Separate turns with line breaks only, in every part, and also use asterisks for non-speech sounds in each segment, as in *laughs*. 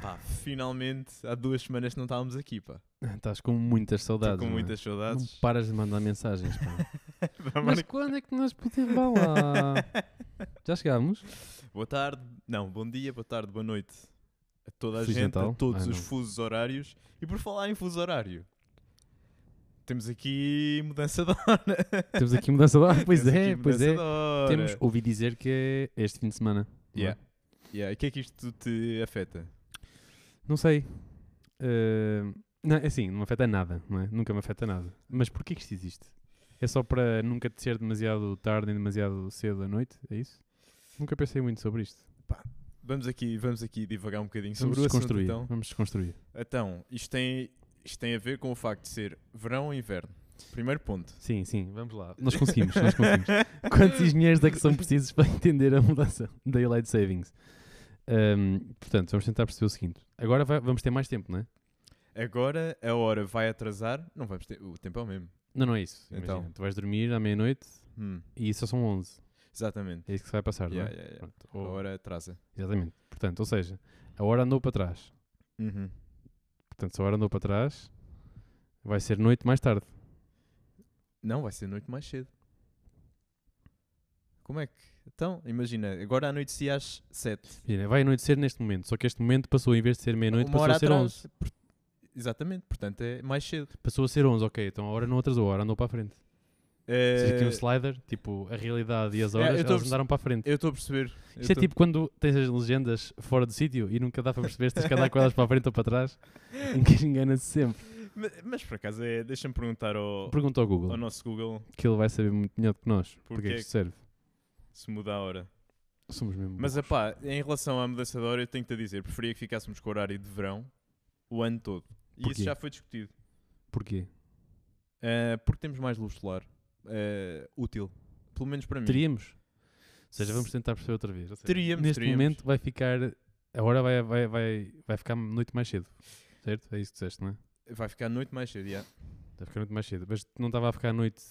Pá, finalmente há duas semanas que não estávamos aqui, pá.
*laughs* Estás com muitas
Estou
saudades.
com
não é?
muitas
Não
saudades.
paras de mandar
*laughs*
mensagens, pá.
Para
Mas
marcar-
quando é que nós podemos vá
*laughs*
lá? Já chegámos?
Boa tarde, não, bom dia, boa tarde, boa noite a toda a
Feliz
gente,
Natal.
a todos
Ah,
os
não.
fusos horários. E por falar em fuso horário, temos aqui mudança de hora.
Temos aqui mudança
*laughs*
de hora. Pois
Temos
é,
aqui
pois
mudança
é.
de hora.
Temos ouvi dizer que é este fim de semana. não é?
Yeah. Yeah, E o que é que isto te afeta?
Não sei. Ah, não, é assim, não me afeta nada, não é? Nunca me afeta nada. Mas porquê que isto existe? É só para nunca te ser demasiado tarde nem demasiado cedo à noite? É isso? Nunca pensei muito sobre isto.
Vamos aqui, vamos aqui divagar um bocadinho
Vamos
sobre o assunto,
desconstruir.
então.
Vamos desconstruir.
Então, isto tem, isto tem a ver com o facto de ser verão ou inverno. Primeiro ponto.
Sim, sim, vamos lá. Nós conseguimos, nós conseguimos.
*laughs*
Quantos engenheiros é que são precisos para entender a mudança da Daylight Savings? Ahm, portanto, vamos tentar perceber o seguinte. Agora vai- vamos ter mais tempo, não é?
Agora a hora vai atrasar. Não vamos ter. O tempo é o mesmo.
Não, não é isso. Imagina,
Então.
tu vais dormir à meia-noite
Hum,
e só são 11.
exatamente.
É isso que se vai passar,
Yeah,
não é?
yeah, yeah.
Pronto,
A
ou-
hora atrasa.
Exatamente. Portanto, ou seja, a hora andou para trás.
Uhum.
Portanto, se a hora andou para trás, vai ser noite mais tarde.
Não, vai ser noite mais cedo. Como é que. Então, imagina, agora anoitecia às 7.
Imagina, vai anoitecer neste momento, só que este momento passou, em vez de ser meia-noite,
Uma
passou
hora
a ser
atrás.
11.
Por- Exatamente, portanto é mais cedo.
Passou a ser 11, ok, então a hora não atrasou, a hora andou para a frente.
É,
Ou seja, aqui um slider, tipo, a realidade e as
É,
horas,
eu tô a
elas
perce-
andaram para a frente.
eu estou a perceber. Eu
Isto é
tô-
tipo quando tens as legendas fora do sítio e nunca dá para perceber se tens que andar com elas para a frente ou para trás, *laughs* em que engana-se sempre.
*laughs* Ma- Mas, por acaso, é... deixa-me perguntar ao,
Pergunta ao
ao
Google,
nosso Google
que ele vai saber muito melhor do que nós, porque
Porquê
é que isto serve.
se muda a hora.
Somos mesmo.
Mas, epá, em relação à mudança de hora, eu tenho-te a dizer, preferia que ficássemos com o horário de verão o ano todo. E
Porquê?
isso já foi discutido.
Porquê?
Ah, porque temos mais luz solar. Ah, útil. Pelo menos para mim.
Teríamos. Ou seja, vamos tentar perceber outra vez. Ou seja,
Hum. Teríamos,
Neste
teríamos.
momento vai ficar. A hora vai, vai, vai, vai ficar noite mais cedo. Certo? É isso que disseste, não é?
Vai ficar noite mais cedo, já.
Vai ficar noite mais cedo. Mas não estava a ficar noite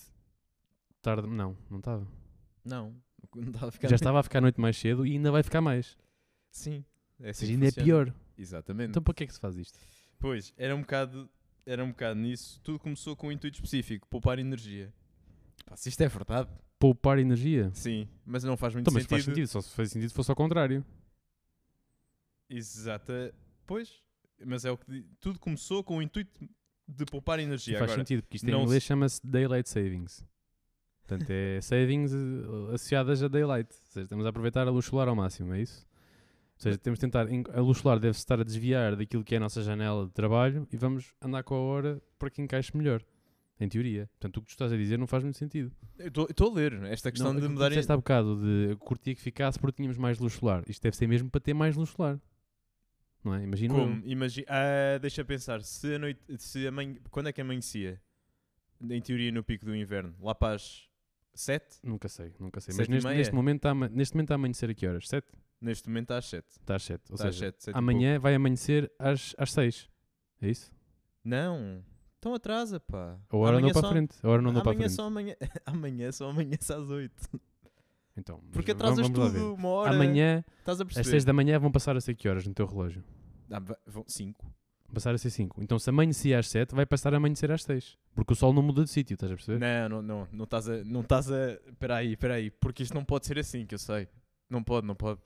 tarde. Não, não estava.
Não. Não dá a ficar
Já estava a ficar noite mais cedo e ainda vai ficar mais.
Sim. É
Ou
assim
seja,
que
ainda é
funciona.
pior.
Exatamente.
Então para que é que se faz isto?
Pois, era um bocado... Era um bocado nisso. Tudo começou com um intuito específico. Poupar energia. Pá, se isto é verdade...
Poupar energia.
Sim. Mas não faz muito
Então, mas
sentido.
faz sentido, só se faz sentido fosse ao contrário.
Exata. Pois. Mas é o que... di- Tudo começou com o intuito de poupar energia.
faz
Agora,
sentido, porque isto em
não se-
inglês chama-se Daylight Savings.
*laughs*
Portanto, é savings eh, associadas a daylight. Ou seja, estamos a aproveitar a luz solar ao máximo, é isso? Ou seja, temos de tentar. en- A luz solar deve-se estar a desviar daquilo que é a nossa janela de trabalho e vamos andar com a hora para que encaixe melhor. Em teoria. Portanto, o que tu estás a dizer não faz muito sentido.
Eu estou a ler esta questão de
não, o que tu
mudar
disseste há bocado de eu curtia que ficasse porque tínhamos mais luz solar. Isto deve ser mesmo para ter mais luz solar. Não é? Imagina. eu.
Como? Imagina. Ah, deixa pensar. Se a noite. Se amanhe... Quando é que amanhecia? Em teoria, no pico do inverno. Lá para as 7?
Nunca sei, nunca sei. Mas
Sete e
neste,
meia?
neste momento está a ama- neste momento está a amanhecer a que horas? 7?
Neste momento está às 7.
Está às 7. Ou
Está às
seja,
7. 7
amanhã vai amanhecer às, às 6. É isso?
Não. Então atrasa, pá.
A hora
Amanhã
andou para
só-
a frente. A hora não andou para a
amanhã
frente.
só amanhã. *laughs* amanhã só amanhece às 8.
Então, mas
Porque
v-
atrasas
vamos lá ver.
tudo uma hora.
Amanhã,
Estás a
às
perceber?
6 da manhã, vão passar a ser que horas no teu relógio?
Ah, va- vão 5.
Vão Passar a ser 5. Então, se amanhecia às 7, vai passar a amanhecer às 6. Porque o sol não muda de sítio, estás a perceber?
Não, não, não. Não estás a. Não estás a. Espera aí, espera aí. Porque isto não pode ser assim, que eu sei. Não pode, não pode.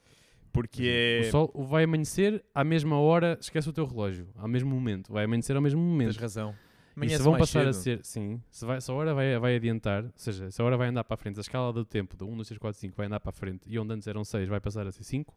Porque é.
O sol vai amanhecer à mesma hora, esquece o teu relógio, ao mesmo momento. Vai amanhecer ao mesmo
Tens
um momento.
razão.
E se
Amanhece
vão
mais
passar a
cedo.
ser, sim, se, vai, se a hora vai, vai adiantar, ou seja, se a hora vai andar para a frente, a escala do um, tempo de 1, 2, 3, 4, 5 vai andar para a frente e onde antes eram 6 vai passar a ser 5,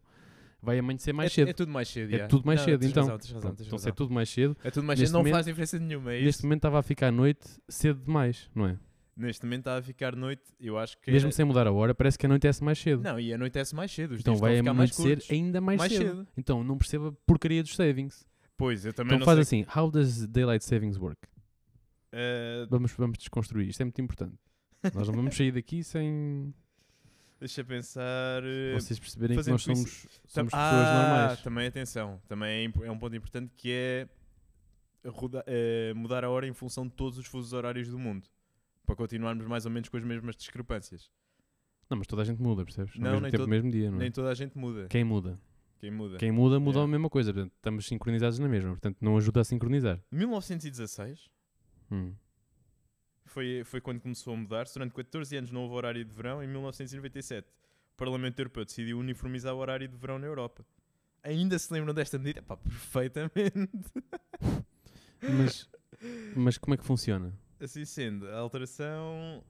vai amanhecer mais
é,
cedo.
É tudo mais cedo,
É
já.
tudo mais
Não,
cedo,
tens
então.
razão, tens razão,
Pronto,
tens
então se é
razão.
tudo mais cedo,
É tudo mais
Neste
cedo, não
momento-
faz diferença nenhuma. É
neste
isso.
momento estava a ficar à noite cedo demais, não é?
Neste momento está a ficar noite, eu acho que. é-
Mesmo sem mudar a hora, parece que anoitece mais cedo.
Não, e anoitece mais cedo. Os
então
dias
vai
estão a ficar mais
amanhecer
curtos.
ainda mais,
Mais
cedo.
cedo.
Então não perceba a porcaria dos savings.
Pois, eu também
Então
não
faz
sei.
assim, how does daylight savings work?
Eh,
Vamos, vamos desconstruir, isto é muito importante. Nós não vamos sair daqui sem
*laughs* deixa pensar. eh,
vocês perceberem que
fazendo
nós
isso-
somos,
tam-
somos pessoas
ah,
normais.
Também atenção. Também é, imp- é um ponto importante que é roda- eh, mudar a hora em função de todos os fusos horários do mundo. Para continuarmos mais ou menos com as mesmas discrepâncias.
Não, mas toda a gente muda, percebes? Ao
Não,
mesmo
nem
tempo,
todo-
mesmo dia, não é?
Nem toda a gente muda.
Quem muda?
Quem muda?
Quem muda, muda
Yeah.
a mesma coisa. Portanto, estamos sincronizados na mesma. Portanto, não ajuda a sincronizar.
1916
Hum.
*laughs* foi, foi quando começou a mudar. Durante 14 anos não houve horário de verão. Em 1997, o Parlamento Europeu decidiu uniformizar o horário de verão na Europa. Ainda se lembram desta medida? Pá, perfeitamente.
Mas, mas como é que funciona?
Assim sendo, a alteração.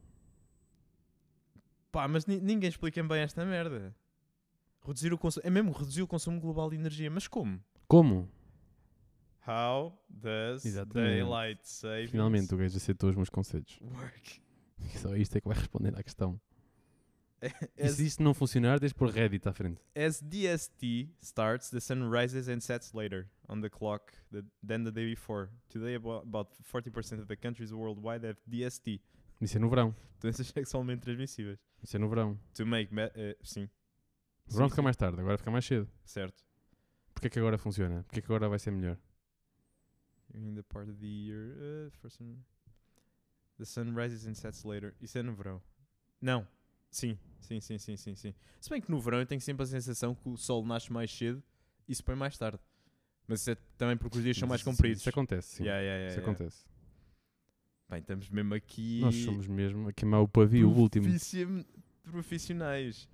Pá, mas ni- ninguém explica bem esta merda. Reduzir o consumo. É mesmo reduzir o consumo global de energia, mas como?
Como?
How does
Exatamente.
daylight savings
Finalmente o gajo aceitou os meus conselhos. *laughs*
work?
Só isto é que vai responder à questão. E
As,
se isto não funcionar, tens de pôr Reddit à frente.
as DST starts, the sun rises and sets later on the clock th- than the day before. Today, abo- about 40% of the countries worldwide have DST,
Isso é no verão.
doenças *laughs* sexualmente transmissíveis.
Isso é no verão.
To make. Me- eh, sim,
O verão
Sim,
fica mais tarde, agora fica mais cedo.
certo.
Porquê é que agora funciona? Porquê é que agora vai ser melhor?
During the part of the year, uh, first sun- the sun rises and sets later. Isso é no verão. Não. Sim, sim, sim, sim, sim, sim. Se bem que no verão eu tenho sempre a sensação que o sol nasce mais cedo e se põe mais tarde. Mas isso é também porque os dias são mais
Isso-
compridos.
Isso acontece, sim.
Yeah, yeah, yeah,
isso
yeah.
acontece.
Bem, estamos mesmo aqui.
Nós somos mesmo a queimar o pavio, o último.
profissi- Profissionais.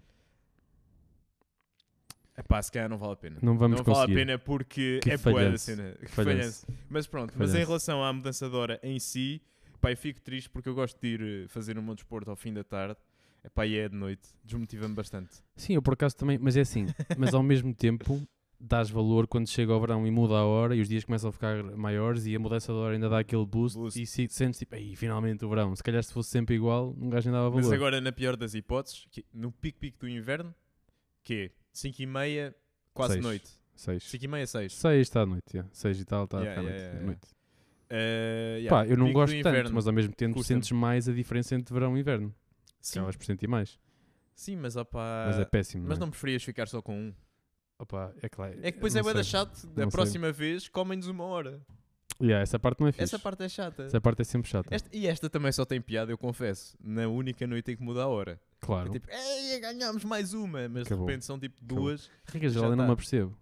É pá, se calhar não vale a pena.
Não vamos
não vale a
conseguir.
pena porque
Que
é boa a
falhanço,
cena. Que falhanço.
Falhanço.
Mas pronto,
Que
mas em
falhanço.
relação à mudança de hora em si, pá, eu fico triste porque eu gosto de ir eh, fazer o meu desporto ao fim da tarde. Epá, e é de noite, desmotiva-me bastante.
Sim, eu por acaso também, mas
*laughs*
é assim, mas ao mesmo tempo dás valor quando chega ao verão e muda a hora e os dias começam a ficar maiores e a mudança da hora ainda dá aquele boost,
Boost.
e se, sentes tipo, aí finalmente o verão, se calhar se fosse sempre igual, um gajo ainda dava valor.
Mas agora, na pior das hipóteses, que- é no pico-pico do inverno, que 5 e meia, quase
Seis.
noite.
Seis.
5 e meia, 6.
Seis está à noite, yeah. seis e tal está
Yeah,
está à
yeah,
noite.
yeah,
é
yeah. Eh,
noite. Pá, eu não gosto tanto, mas ao mesmo tempo
custa-me.
sentes mais a diferença entre verão e inverno.
Sim,
Acabas por sentir mais,
sim, mas opá...
é mas é péssimo.
Mas
não,
não preferias ficar só com um.
é? Opa, é claro.
É que depois
não
é bué da
sei.
chato. Da
Não sei.
próxima vez, comem-nos uma hora.
Yeah, essa parte não é fixe.
Essa parte é chata.
Essa parte é sempre chata.
Esta- e esta também só tem piada, eu confesso. Na única noite em que muda a hora. É
Claro.
tipo, "Ei, ganhámos mais uma. Mas
Acabou.
de repente são tipo
Acabou.
duas.
Regra
já
geral, eu não
tá.
me apercebo.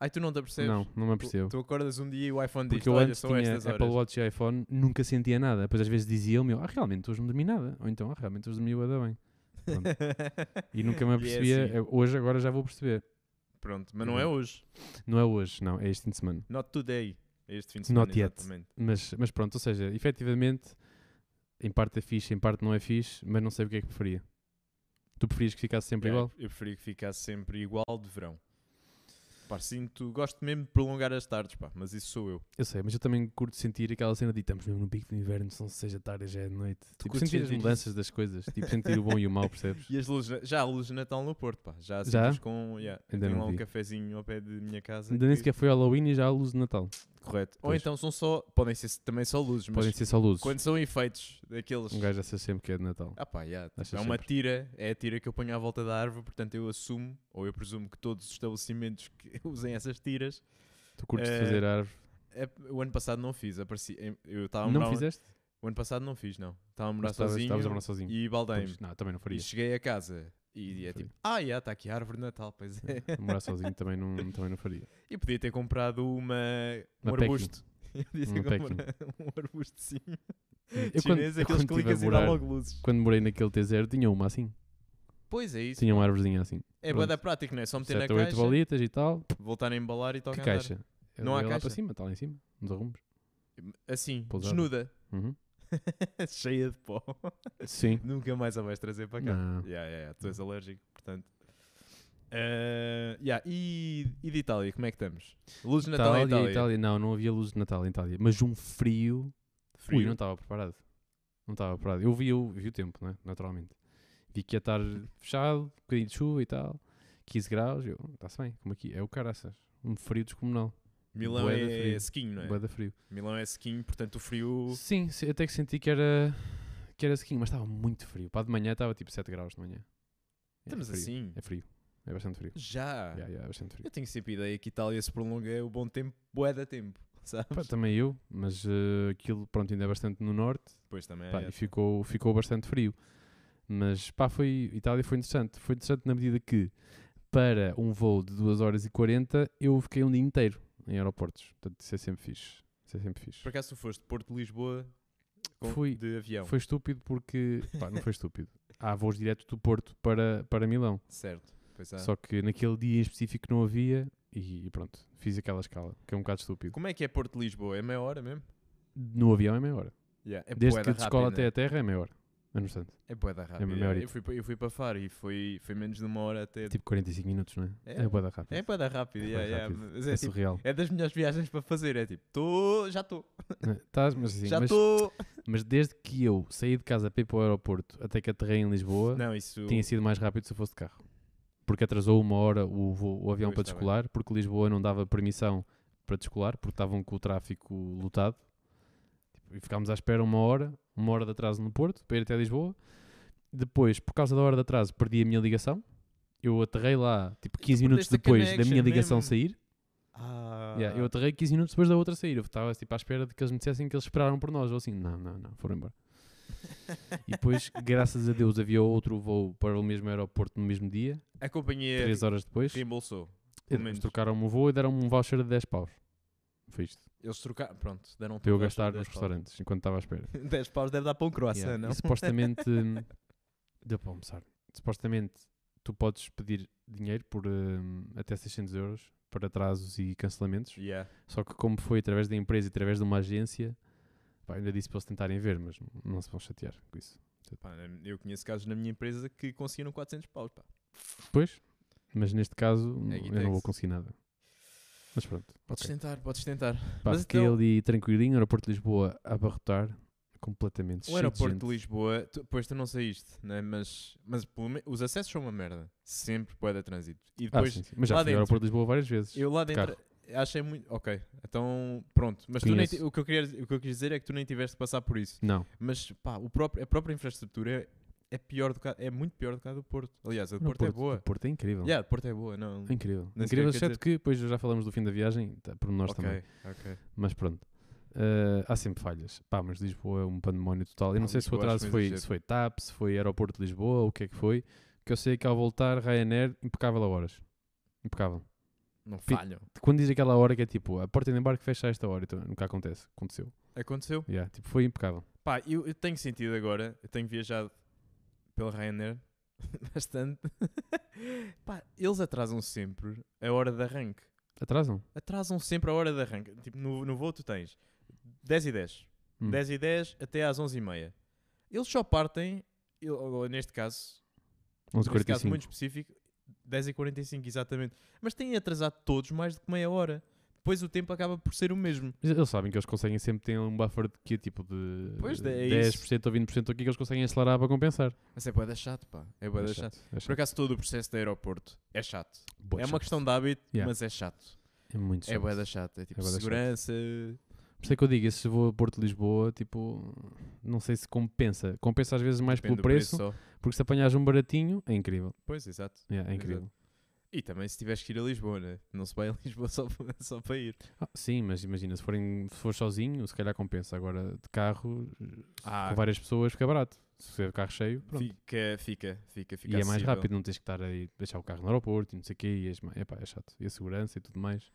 Ai, tu não te apercebes?
Não, não
Tu-
me apercebo.
Tu, acordas um dia e o iPhone diz:
Porque eu
Olha,
antes
são
tinha
estas
Apple
horas.
Watch e iPhone, nunca sentia nada. Depois às vezes dizia-me, eu, ah, realmente hoje não dormi nada. Ou então, ah, realmente hoje dormi bué da bem.
*laughs*
*laughs* E nunca
E
me
é
apercebia.
assim.
Eu- Uhum. Hoje, agora já vou perceber.
Pronto, mas não é hoje.
Não é hoje, não, é este fim de semana.
Not today. É Este fim de semana.
Not yet.
exatamente.
Mas, mas pronto, ou seja, efetivamente, em parte é fixe, em parte não é fixe, mas não sei o que é que preferia. Tu preferias que ficasse sempre
Yeah,
igual?
É, Eu preferia que ficasse sempre igual de verão. Pá, sinto, gosto mesmo de prolongar as tardes, pá, mas isso sou eu.
Eu sei, mas eu também curto sentir aquela cena de estamos mesmo no pico do inverno, se não seja tarde, já é de noite. Tipo,
curtes
sentir as
sentir
mudanças das coisas, *laughs* tipo, sentir o bom e o mau, percebes?
E as luzes, na- já há luzes de Natal no Porto, pá. Já,
Já?
já? com. Yeah, eu
Ainda
tenho
não
lá um
vi.
cafezinho ao pé de minha casa.
Ainda nem
que-
sequer foi Halloween e já há luz de Natal.
Correto. Ou
Pois.
então são só. Podem ser também só luzes, mas
Podem ser só luzes.
quando são efeitos daqueles.
Um gajo acha sempre que é de Natal.
Ah, pá, yeah, tipo,
Acha
é uma
sempre.
tira, é a tira que eu ponho à volta da árvore, portanto eu assumo, ou eu presumo que todos os estabelecimentos que *laughs* usem essas tiras.
Tu curtes
Eh,
fazer árvore.
é- o ano passado não fiz, apareci, em- eu estava a
não
um morar-
fizeste?
O ano passado não fiz, não. Estava a morar
Mas estavas-
sozinho,
estavas a morar sozinho.
e baldei-me.
Pois, não, também não
E
faria.
cheguei a casa e
Não
é
faria.
tipo, ah, já está aqui a árvore de Natal, pois
*laughs*
é.
Eh, Morar sozinho também não, também não faria. Hum,
E podia ter comprado uma, um
Uma packing.
arbusto. *laughs* Eu podia ter
Uma packing.
comprado *laughs* um arbustozinho
Eu quando,
chinês, é
eu
aqueles
quando
que
tive a
clicas e dá
morar-
logo luzes.
quando morei naquele T0 tinha uma assim.
Pois é isso.
Tinha uma árvorezinha assim.
É boa da prática, não é? Só meter na
Sete ou oito
caixa,
bolitas e tal.
voltar a embalar e tocar
Que caixa? Eu
Não há
ia lá
caixa?
para cima, está lá em cima, nos arrumos.
Assim,
Pousada.
desnuda.
*laughs* Uhum.
Cheia de pó.
Sim.
*laughs* Nunca mais a vais trazer para cá.
Não.
Yeah, yeah, yeah. Tu és alérgico, portanto. Eh, yeah, E, e de Itália, como é que estamos? Luz de Natal em Itália.
Itália. Não, não havia luz de Natal em Itália. Mas um frio.
Frio.
Ui, não estava preparado. Não estava preparado. Eu vi, o- vi o tempo, né? naturalmente. Vi que ia estar fechado, um bocadinho de chuva e tal. 15 graus. Eu, está-se bem, como aqui? É o caraças. Um frio descomunal.
Milão
Bué de
é
frio.
sequinho, não é?
Bué da frio.
Milão é sequinho, portanto o frio.
Sim, se- até que senti que era, que era sequinho, mas estava muito frio. Pá, de manhã estava tipo 7 graus de manhã. É
Estamos
frio.
assim.
É frio. É bastante frio.
Já.
Yeah, yeah, é bastante frio.
Eu tenho sempre a ideia que Itália se prolonga é o bom tempo, bué da tempo, *laughs* sabes?
Pá, também eu, mas eh, aquilo pronto, ainda é bastante no norte.
Depois também.
Pá,
é.
e ficou, ficou bastante frio. Mas pá, foi, Itália foi interessante. Foi interessante na medida que para um voo de 2 horas e 40, eu fiquei um dia inteiro em aeroportos. Portanto, isso é sempre fixe. Isso é sempre fixe.
Por acaso tu foste de Porto de Lisboa com-
Fui-
de avião?
Foi estúpido porque. Pá, não foi estúpido. Há voos diretos do Porto para, para Milão.
Certo. Pois é. há.
Só que naquele dia em específico não havia e, e pronto, fiz aquela escala, que é um bocado estúpido.
Como é que é Porto de Lisboa? É meia hora mesmo?
No avião é meia hora.
Yeah, é
Desde
bué
que
da
de escola
rápida.
até a terra é meia hora. É no instante.
É bué da rápida.
meia
yeah.
horita.
eu, fui, pa- eu fui para Faro e foi, foi menos de uma hora até.
Tipo 45 minutos, não é?
É.
É, boa da rápida.
é bué da rápida.
É bué
yeah, yeah,
rápido.
mas
É,
é, tipo,
surreal.
é das melhores viagens para fazer. É tipo, tô, já estou.
Não é? Tás, mas, assim,
tipo Já
mas,
estou.
*laughs* mas desde que eu saí de casa para ir para o aeroporto até que aterrei em Lisboa,
Não, isso.
tinha sido mais rápido se eu fosse de carro. Porque atrasou uma hora o, voo- o avião
Pois,
para
tá bem.
descolar, porque Lisboa não dava permissão para descolar, porque estavam com o tráfico lotado. Tipo, e ficámos à espera uma hora, uma hora de atraso no Porto, para ir até Lisboa. Depois, por causa da hora de atraso, perdi a minha ligação. Eu aterrei lá, tipo, 15 minutos
perdeste a
depois da minha
connection
ligação
mesmo.
sair.
Ah,
Yeah, eu aterrei 15 minutos depois da outra sair. Eu estava tipo, à espera de que eles me dissessem que eles esperaram por nós. Ou assim, não, não, não, foram embora. e depois, graças a Deus, havia outro voo para o mesmo aeroporto no mesmo dia,
a companhia
3 horas depois. E
reembolsou. É, pelo
depois
menos.
trocaram-me o voo e deram-me um voucher de 10 paus. Foi isto.
Eles trocaram. Pronto, deram
Para eu gastar nos restaurantes enquanto estava à espera.
*laughs* 10 paus deve dar para um croissant,
Yeah.
não? *laughs*
E supostamente hum, deu para almoçar. Supostamente tu podes pedir dinheiro por hum, até 600 euros para atrasos e cancelamentos.
Yeah.
Só que como foi através da empresa e através de uma agência, pá, ainda disse para eles tentarem ver, mas n- não se vão chatear com isso.
Pá, eu conheço casos na minha empresa que conseguiram 400 paus. Pá.
Pois, mas neste caso n- eu
Gitex.
não vou conseguir nada. Mas pronto.
Podes
ok.
tentar, podes tentar.
Pá,
mas
fiquei
então-
ali tranquilinho, aeroporto de Lisboa a abarrotar completamente.
O
cheio
aeroporto de
de, gente.
Lisboa, tu, pois tu não saíste, né? mas, mas pelo me- os acessos são uma merda. Sempre pode trânsito. E
Ah,
depois,
sim, sim. Mas já
lá
fui
dentro.
ao aeroporto de Lisboa várias vezes.
eu lá
de
dentro achei muito. Ok, então pronto. Mas tu nem ti-
Conheço.
o, que eu queria, o que eu quis dizer é que tu nem tiveste de passar por isso.
Não,
Mas pá, o próprio, a própria infraestrutura é, é pior do que a- é muito pior do que a do Porto. Aliás, a do
no
Porto, é boa.
O Porto é incrível.
Yeah, a do Porto é boa, não.
É Incrível.
Nem sequer
incrível,
quer
exceto
dizer-
que depois já falamos do fim da viagem, tá, por nós também.
ok, ok.
Mas pronto. Ah, há sempre falhas. Pá, mas Lisboa é um pandemónio total. Eu
Pá,
não sei se o
Lisboa acho
atraso
um
foi,
exagero.
se foi TAP, se foi Aeroporto de Lisboa, o que é que foi. Que eu sei que ao voltar, Ryanair, impecável a horas. Impecável.
Não
Pi-
falham.
Quando diz aquela hora que é tipo, a porta de embarque fecha a esta hora, então nunca acontece. Aconteceu.
Aconteceu.
Yeah, tipo, foi impecável.
Pá, eu, eu tenho sentido agora, eu tenho viajado pela Ryanair *laughs* bastante. *laughs* Pá, eles atrasam sempre a hora de arranque.
Atrasam?
Atrasam sempre a hora de arranque. Tipo, no, no voo tu tens 10 e 10.
Hum.
10 e 10 até às 11 e meia. Eles só partem, eu- ou neste caso, neste caso
11h45.
muito específico, 10 e 45 exatamente. Mas têm atrasado todos mais do que meia hora. Depois o tempo acaba por ser o mesmo.
Mas Eles sabem que eles conseguem sempre ter um buffer de que é tipo de
Pois, é isso.
10% ou 20% aqui que eles conseguem acelerar para compensar.
Mas é boeda chato, pá. É boeda chato.
É
Por
chato.
acaso todo o processo do aeroporto é chato.
Bué
é uma
chato.
questão de hábito,
Yeah.
mas é chato.
É muito
É
chato.
boeda chata. É tipo
É bué da
segurança.
Por isso é que eu digo, esse voo a Porto de Lisboa, tipo, não sei se compensa. Compensa às vezes mais
depende
pelo
do
preço,
só.
porque se apanhares um baratinho, é incrível.
Pois, exato.
Yeah, é
Exato.
incrível.
E também se tiveres que ir a Lisboa, né? Não se vai a *laughs* Lisboa só, para- só para ir.
Ah, sim, mas imagina, se, forem, se for sozinho, se calhar compensa. Agora, de carro,
Ah,
com várias pessoas, fica barato. Se for carro cheio, pronto.
fica, fica, fica,
E
fica.
é mais
acessível.
rápido, não tens que estar aí, deixar o carro no aeroporto e não sei o quê, e és ma- epá, é chato. E a segurança e tudo mais.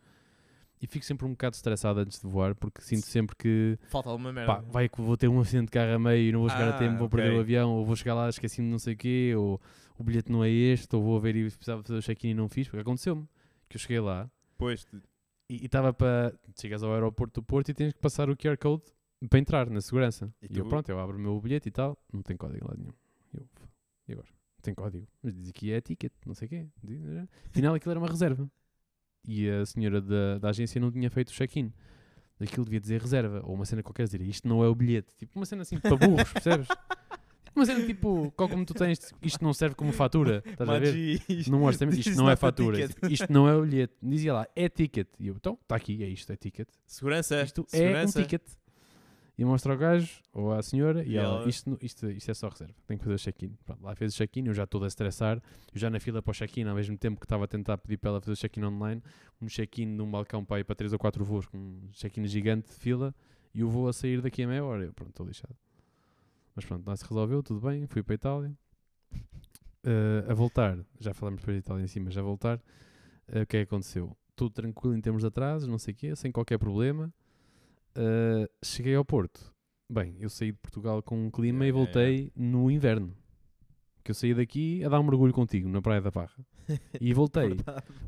E fico sempre um bocado estressado antes de voar, porque sinto sempre que
Falta alguma merda.
pá, vai que vou ter um acidente de carro a meio e não vou chegar
é. Ah,
a tempo, vou perder
ok.
o avião, ou vou chegar lá esqueci-me de não sei o quê, ou o bilhete não é este, ou vou a ver e precisava fazer o check-in e não fiz, porque aconteceu-me que eu cheguei lá
Pois, tu-
e e estava para. Chegas ao aeroporto do Porto e tens que passar o QR Code para entrar na segurança.
E
E, eu,
tu-
pronto, eu abro o meu bilhete e tal, não tem código lá nenhum. E Eu, "F- e agora? Não tem código. Mas diz aqui é ticket, não sei o quê. Diz- né, Afinal, aquilo era uma reserva. E a senhora da, da agência não tinha feito o check-in. Aquilo devia dizer reserva, ou uma cena qualquer, dizer isto não é o bilhete. Tipo, uma cena assim para
*laughs*
burros, percebes? Uma cena tipo, qual como tu tens, isto não serve como fatura. Estás a ver?
Magi, isto-
Não mostra
diz
isto não é
not a
fatura,
ticket.
isto- isto não é o bilhete. Dizia lá, é ticket. E eu, então, está aqui, é isto, é ticket.
Segurança.
Isto é um
segurança. *laughs*
ticket. E mostra ao gajo, ou à senhora, e,
E
ela,
ela-
Isto, não- isto, isto é só reserva, tem que fazer o check-in. Pronto, lá fez o check-in, eu já todo a estressar, eu já na fila para o check-in, ao mesmo tempo que estava a tentar pedir para ela fazer o check-in online, um check-in num balcão para ir para 3 ou 4 voos, com um check-in gigante de fila, e eu vou a sair daqui a meia hora. Eu, pronto, estou lixado. Mas pronto, lá se resolveu, tudo bem, fui para a Itália. eh, a voltar, já falamos depois de Itália em cima, já a voltar, eh, o que é que aconteceu? Tudo tranquilo em termos de atrasos, não sei o quê, sem qualquer problema. Eh, cheguei ao Porto. Bem, eu saí de Portugal com um clima e
Yeah, yeah,
voltei no inverno. Que eu saí daqui a dar um mergulho contigo na Praia da Barra. E voltei.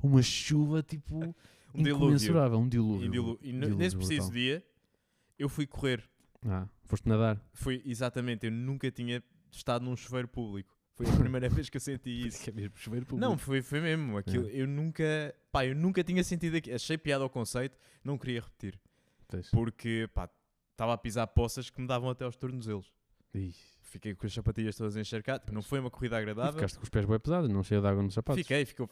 Uma chuva *laughs* tipo
Um dilúvio.
incomensurável, um dilúvio.
E dilu- e no-
dilúvio
nesse preciso
brutal.
dia, eu fui correr.
Ah, foste nadar.
Foi exatamente, eu nunca tinha estado num chuveiro público. Foi a primeira *laughs* vez que eu senti isso.
Que é mesmo chover público.
Não, foi, foi mesmo. Aquilo,
É.
Eu nunca, pá, eu nunca tinha sentido aquilo. Achei piada ao conceito, não queria repetir.
Pois.
Porque, pá, estava a pisar poças que me davam até aos tornozelos.
Ih.
Fiquei com as sapatilhas todas encharcadas. tipo, Não foi uma corrida
E
agradável.
ficaste com os pés bem pesados, não cheio de água nos sapatos.
Fiquei, ficou.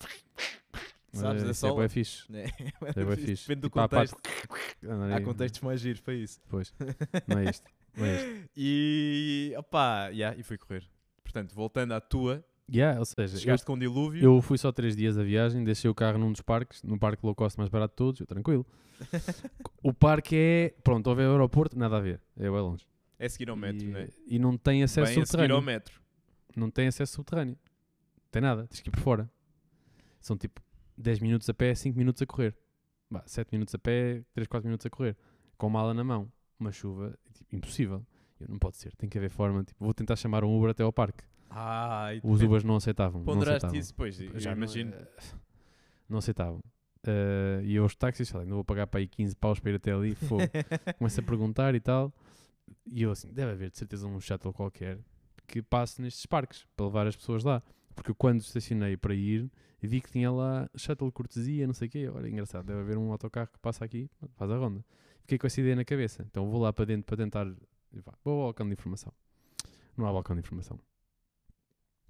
Mas
Sabes,
é-
da
isso é bué
sola.
fixe.
É,
*laughs* É bué fixe.
*laughs* Depende do
Tipo, há
contexto.
*laughs* partes- Andar
Há
aí-
contextos mais giros para isso.
é? Pois. Não é isto. Não é
*laughs*
isto.
E, opá, yeah, e fui correr. Portanto, voltando à tua,
Yeah, ou seja, eu-
chegaste com dilúvio.
eu fui só três dias a viagem, deixei o carro num dos parques, no parque low cost mais barato de todos,
*laughs*
eu tranquilo. O parque é, pronto, houve o aeroporto, nada a ver, é bem longe.
É seguir ao metro,
e,
não é?
e não tem acesso
Bem, a seguir
subterrâneo.
ao metro.
não tem acesso subterrâneo. Tem nada, tens que ir por fora. São tipo 10 minutos a pé, 5 minutos a correr. Bah, 7 minutos a pé, 3, 4 minutos a correr. Com mala na mão, uma chuva, tipo, impossível. Eu, não pode ser, tem que haver forma. Tipo, vou tentar chamar um Uber até ao parque.
Ah, e
Os
depois
Ubers não aceitavam. não
ponderaste
aceitavam.
isso depois.
Eu
Já
não- é.
imagino.
Não aceitavam. Ah, e eu aos táxis, falei, não vou pagar para aí 15 paus para ir até ali. Fogo.
*laughs*
Começo a perguntar e tal. E eu assim, deve haver de certeza um shuttle qualquer que passe nestes parques para levar as pessoas lá. Porque eu, quando estacionei para ir, vi que tinha lá shuttle cortesia, não sei o quê. Olha, engraçado, deve haver um autocarro que passa aqui, faz a ronda. Fiquei com essa ideia na cabeça. Então vou lá para dentro para tentar. e vá, Vou ao balcão de informação. Não há balcão de informação.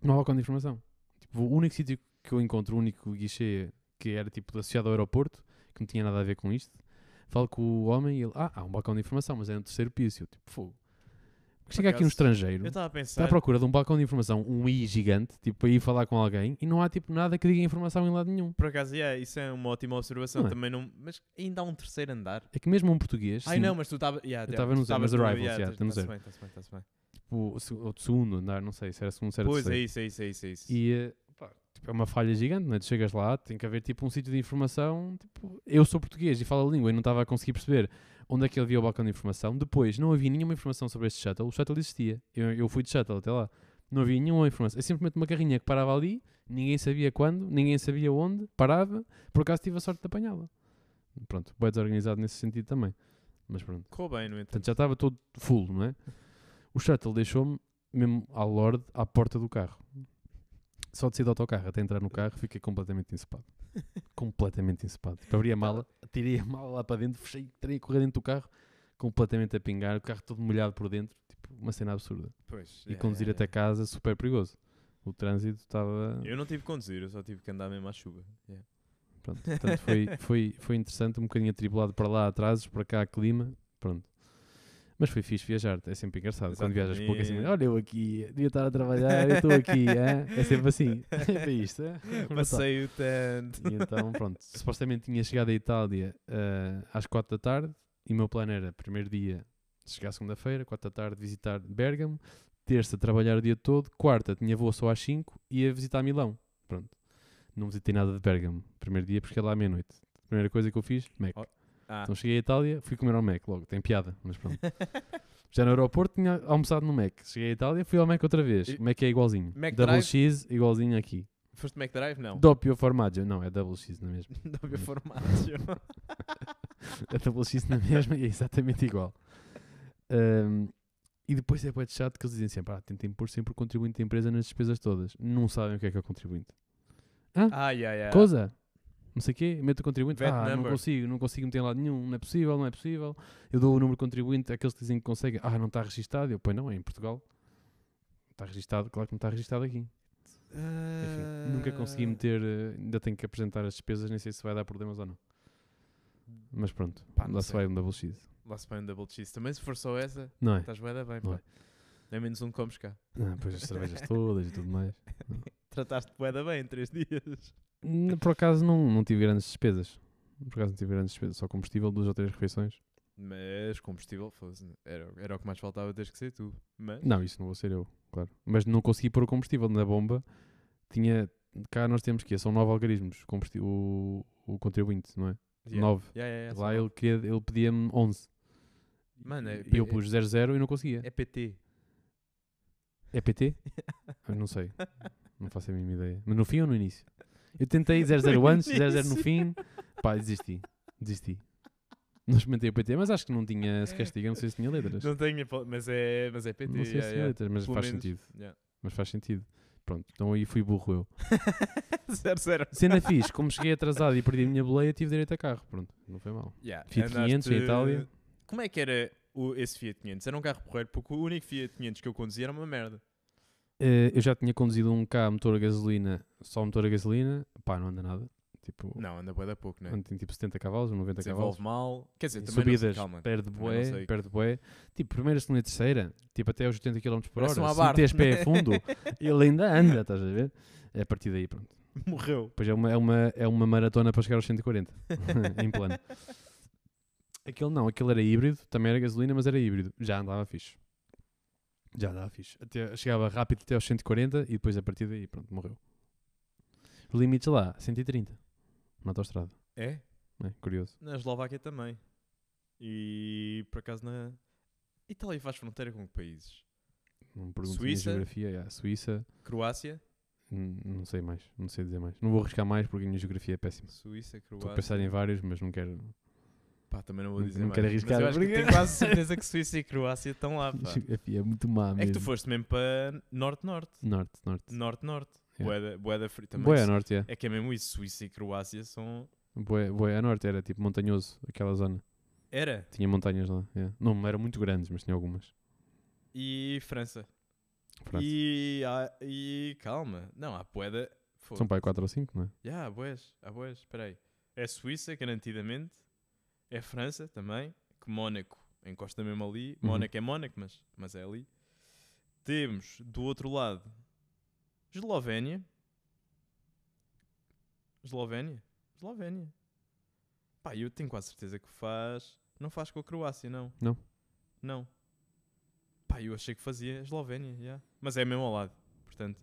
Não há balcão de informação. Tipo, o único sítio que eu encontro, o único guichê que era tipo associado ao aeroporto, que não tinha nada a ver com isto, falo com o homem e ele, ah, há um balcão de informação, mas é no terceiro piso. Eu, tipo, fogo. Chega aqui
acaso,
um estrangeiro,
Eu estava a
está à
pensar.
procura de um balcão de informação, um i gigante, tipo, para ir falar com alguém, e não há tipo nada que diga informação em lado nenhum.
Por acaso, yeah, isso é uma ótima observação.
Não é?
Também não. Mas ainda há um terceiro andar.
É que mesmo um português,
Ai
sim,
não, mas tu estava. Yeah,
Eu
yeah,
tava
tu
no zero,
estavas
mas
no-
Arrivals, yeah,
tá-
tá no
tá-se
zero.
bem, tá-se bem, tá-se bem.
tipo, o se- ou do segundo andar, não sei se era segundo, se era
Pois é
terceiro.
isso, é isso, é isso, é isso.
E eh, pá, tipo, é uma falha gigante, não é? Tu chegas lá, tem que haver tipo um sítio de informação. Tipo, eu sou português e falo a língua e não estava a conseguir perceber onde é que ele via o balcão de informação. Depois, não havia nenhuma informação sobre este shuttle. O shuttle existia. Eu, eu fui de shuttle até lá. Não havia nenhuma informação. É simplesmente uma carrinha que parava ali, ninguém sabia quando, ninguém sabia onde, parava. Por acaso tive a sorte de apanhá-la. Pronto, bem desorganizado nesse sentido também. Mas pronto.
Correu bem, no entanto.
Portanto, já estava todo full, não é? O shuttle deixou-me mesmo à Lorde, à porta do carro. Só desci do autocarro até entrar no carro, fiquei completamente encepado. completamente encepado. Tipo, abri a mala, tirei a mala lá para dentro, fechei, tirei a correr dentro do carro, completamente a pingar, o carro todo molhado por dentro, tipo, uma cena absurda.
Pois,
E conduzir até casa, super perigoso. O trânsito estava.
Eu não tive que conduzir, eu só tive que andar mesmo à chuva. Yeah.
Pronto, portanto, foi, foi, foi interessante, um bocadinho atribulado para lá, atrasos, para cá, clima, pronto. Mas foi fixe viajar, é sempre engraçado. Quando viajas pouco, é sempre,
Exatamente.
olha eu aqui, devia estar a trabalhar, eu estou aqui, hã? é sempre assim, *laughs* *laughs* é para isto. hã? Brutal.
Passei o tanto.
E então, pronto, supostamente tinha chegado à Itália ah, às 4 da tarde e o meu plano era, primeiro dia, chegar segunda-feira, 4 da tarde, visitar Bergamo, terça, trabalhar o dia todo, quarta, tinha voo só às 5 e ia visitar Milão. Pronto, não visitei nada de Bergamo, primeiro dia, porque cheguei lá à meia-noite. Primeira coisa que eu fiz, Mac.
Oh, Ah,
Então cheguei à Itália, fui comer ao Mac logo, tem piada, mas pronto. Já no aeroporto tinha almoçado no Mac. Cheguei à Itália, fui ao Mac outra vez.
E-
O Mac é igualzinho.
Mac
double
Drive?
X igualzinho aqui.
*laughs* foste Mac Drive? Não.
Doppio formaggio. Não, é double X, não é mesmo?
Dobby Formaggio.
a Double X na *laughs* mesma e é exatamente igual. Ahm, e depois é bué de chato que eles dizem sempre: ah, tentem pôr sempre o contribuinte da empresa nas despesas todas. Não sabem o que é que é o contribuinte.
*laughs* Ah, yeah, yeah.
Coisa! Não sei o quê, meto o contribuinte.
Vet
ah, não
number.
consigo, não consigo meter em lado nenhum, não é possível, não é possível. Eu dou o número de contribuinte, aqueles que dizem que conseguem. Ah, não está registado. Eu, pois não, é em Portugal. Está registado, claro que não está registado aqui.
Ah.
Enfim, nunca consegui meter, eh, ainda tenho que apresentar as despesas, nem sei se vai dar problemas ou não. Mas pronto,
Pá, não
lá se
sei.
vai um double X.
Lá se põe um double cheese. Também se for só essa,
Não é?
estás bué da bem,
Não
pá. Nem menos um que comes cá.
Ah, pois as *laughs* cervejas todas e tudo mais.
Trataste bué da bem em três *laughs* dias.
N- Por acaso não, não tive grandes despesas. Por acaso não tive grandes despesas, só combustível, duas ou três refeições.
Mas combustível, fosse. Era, era o que mais faltava desde que sei tu. Mas.
Não, isso não vou ser eu, claro. Mas não consegui pôr o combustível na bomba tinha. Cá nós temos que São nove algarismos, composti- o, o contribuinte, não é? Nove.
Yeah, yeah, yeah, são
Lá
É nove.
ele, queria, ele pedia-me 11.
Mano, é,
E eu pus 00 e não conseguia.
é, é PT.
É PT? Eu não sei. Não faço a mínima ideia. Mas no fim ou no início? *laughs* Eu
*laughs*
tentei 00
No
antes, 00 no
início.
fim.
*laughs*
Pá, desisti. Desisti. Não experimentei o PT, mas acho que não tinha se castiga, não sei se tinha letras.
Não tenho, hipó- mas é, mas é PT.
não sei
yeah,
se tinha
yeah.
letras, mas
Pelo
faz
menos.
sentido.
Yeah. *laughs*
Mas faz sentido. Pronto, então aí fui burro eu.
zero, zero.
Cena fixe, como cheguei atrasado e perdi a minha boleia, tive direito a carro. Pronto, não foi mal.
Yeah.
Fiat 500 em
andaste-
Itália.
Como é que era o, esse Fiat 500? Era um carro porreiro, porque o único Fiat 500 que eu conduzia era uma merda.
Eh, eu já tinha conduzido um K motor a gasolina, só motor a gasolina. Pá, não anda nada. Tipo,
Não, anda bué da pouco, né?
anda, tem tipo 70 cavalos, 90 cavalos.
Desenvolve mal. Quer dizer,
Em
também não sei,
subidas,
calma.
perde
Também não
bué,
sei.
perde bué. Tipo, primeira, segunda e terceira, tipo até aos 80 km por hora,
Parece um
se
abarto,
meteres pé
né?
a
*laughs*
fundo, ele ainda anda, estás a ver? É A partir daí, pronto.
Morreu.
Depois é uma, é uma, é uma maratona para chegar aos 140, *laughs* em plano. Aquele não, aquele era híbrido, também era gasolina, mas era híbrido. Já andava fixe. Já andava fixe. Até, chegava rápido até aos 140 e depois a partir daí, pronto, morreu. Os limites lá, 130, na autostrada.
É?
É, curioso.
Na Eslováquia também. E por acaso na. Itália faz fronteira com que países?
Não me perguntes a minha
Suíça?
geografia, yeah, Suíça,
Croácia,
N- Não sei mais, não sei dizer mais. Não vou arriscar mais porque a minha geografia é péssima.
Suíça, Croácia.
Estou a pensar em vários, mas não quero.
Pá, também não vou
Não-
dizer
não
mais.
quero
Mas
arriscar,
eu acho que
porque-
tenho
*laughs*
quase certeza que Suíça e Croácia estão lá,
Minha
Ah, pá.
geografia é muito má
É que
mesmo.
tu foste mesmo para norte-norte.
Norte, norte.
Norte-norte.
Yeah.
Boeda, Boeda Frio também.
Boé a
se-
norte, é.
É que é mesmo isso. Suíça e Croácia são.
Boé, Boé a norte, era tipo montanhoso, aquela zona.
Era.
Tinha montanhas lá. é. Não eram muito grandes, mas tinha algumas.
E França.
França.
E, há- e calma. Não, há Boeda.
São para aí 4 ou 5, não é?
Já, há boés. Há boés. Espera aí. É Suíça, garantidamente. É França também. Que Mónaco encosta mesmo ali.
Uhum.
Mónaco é Mónaco, mas, mas é ali. Temos do outro lado Eslovénia. Eslovénia? Eslovénia. Pá, eu tenho quase certeza que faz. Não faz com a Croácia, não.
Não?
Não. Pá, eu achei que fazia Eslovénia, já. Mas é mesmo ao lado, portanto.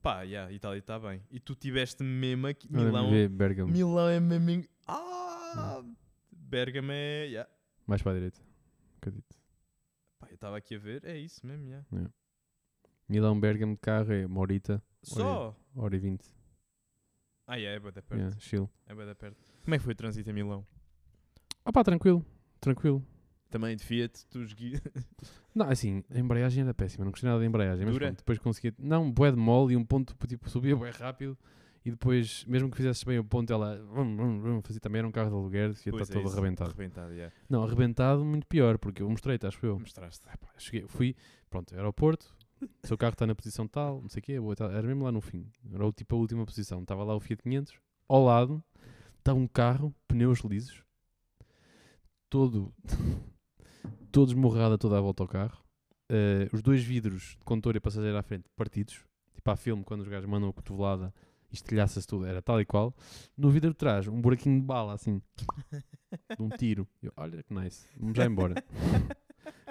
Pá, já, Itália está bem. E tu tiveste mesmo aqui.
Olha,
Milão,
Vê Hum. Bergamo,
Milão é mesmo. em- Ah! Bergamo é. já.
mais para a direita. Acredito.
Pá, eu estava aqui a ver, é isso mesmo, já.
Milão, Bergamo de carro é uma horita,
Só!
hora e 20.
Ah, yeah, é bué da perto.
Yeah, chill.
É bué da perto. Como é que foi o trânsito em Milão?
Ah pá, tranquilo, tranquilo.
Também de Fiat, tu esgui...
Não, assim, a embreagem era péssima, não gostei nada da embreagem, mas
Dura?
pronto, depois conseguia. Não, bué de mole e um ponto tipo, subia bué rápido e depois, mesmo que fizesses bem o ponto, ela vrum, vrum, vrum, fazia também, era um carro de aluguer, ia estar
*laughs* Pois é
todo
isso.
arrebentado.
Arrebentado, yeah.
Não, arrebentado muito pior, porque eu mostrei-te, acho eu.
Mostraste.
Pá, Cheguei, fui, pronto, aeroporto, seu carro está na posição tal, não sei o quê, boa, tal, era mesmo lá no fim, era o tipo a última posição, estava lá o Fiat 500, ao lado, está um carro, pneus lisos, todo, *laughs* todo esmorrado a toda a volta ao carro, eh, os dois vidros de condutor e passageiro à frente partidos, tipo há filme quando os gajos mandam a cotovelada e estilhaça-se tudo, era tal e qual, no vidro de trás, um buraquinho de bala assim, de um tiro, Eu, olha que nice, vamos
*laughs*
já embora.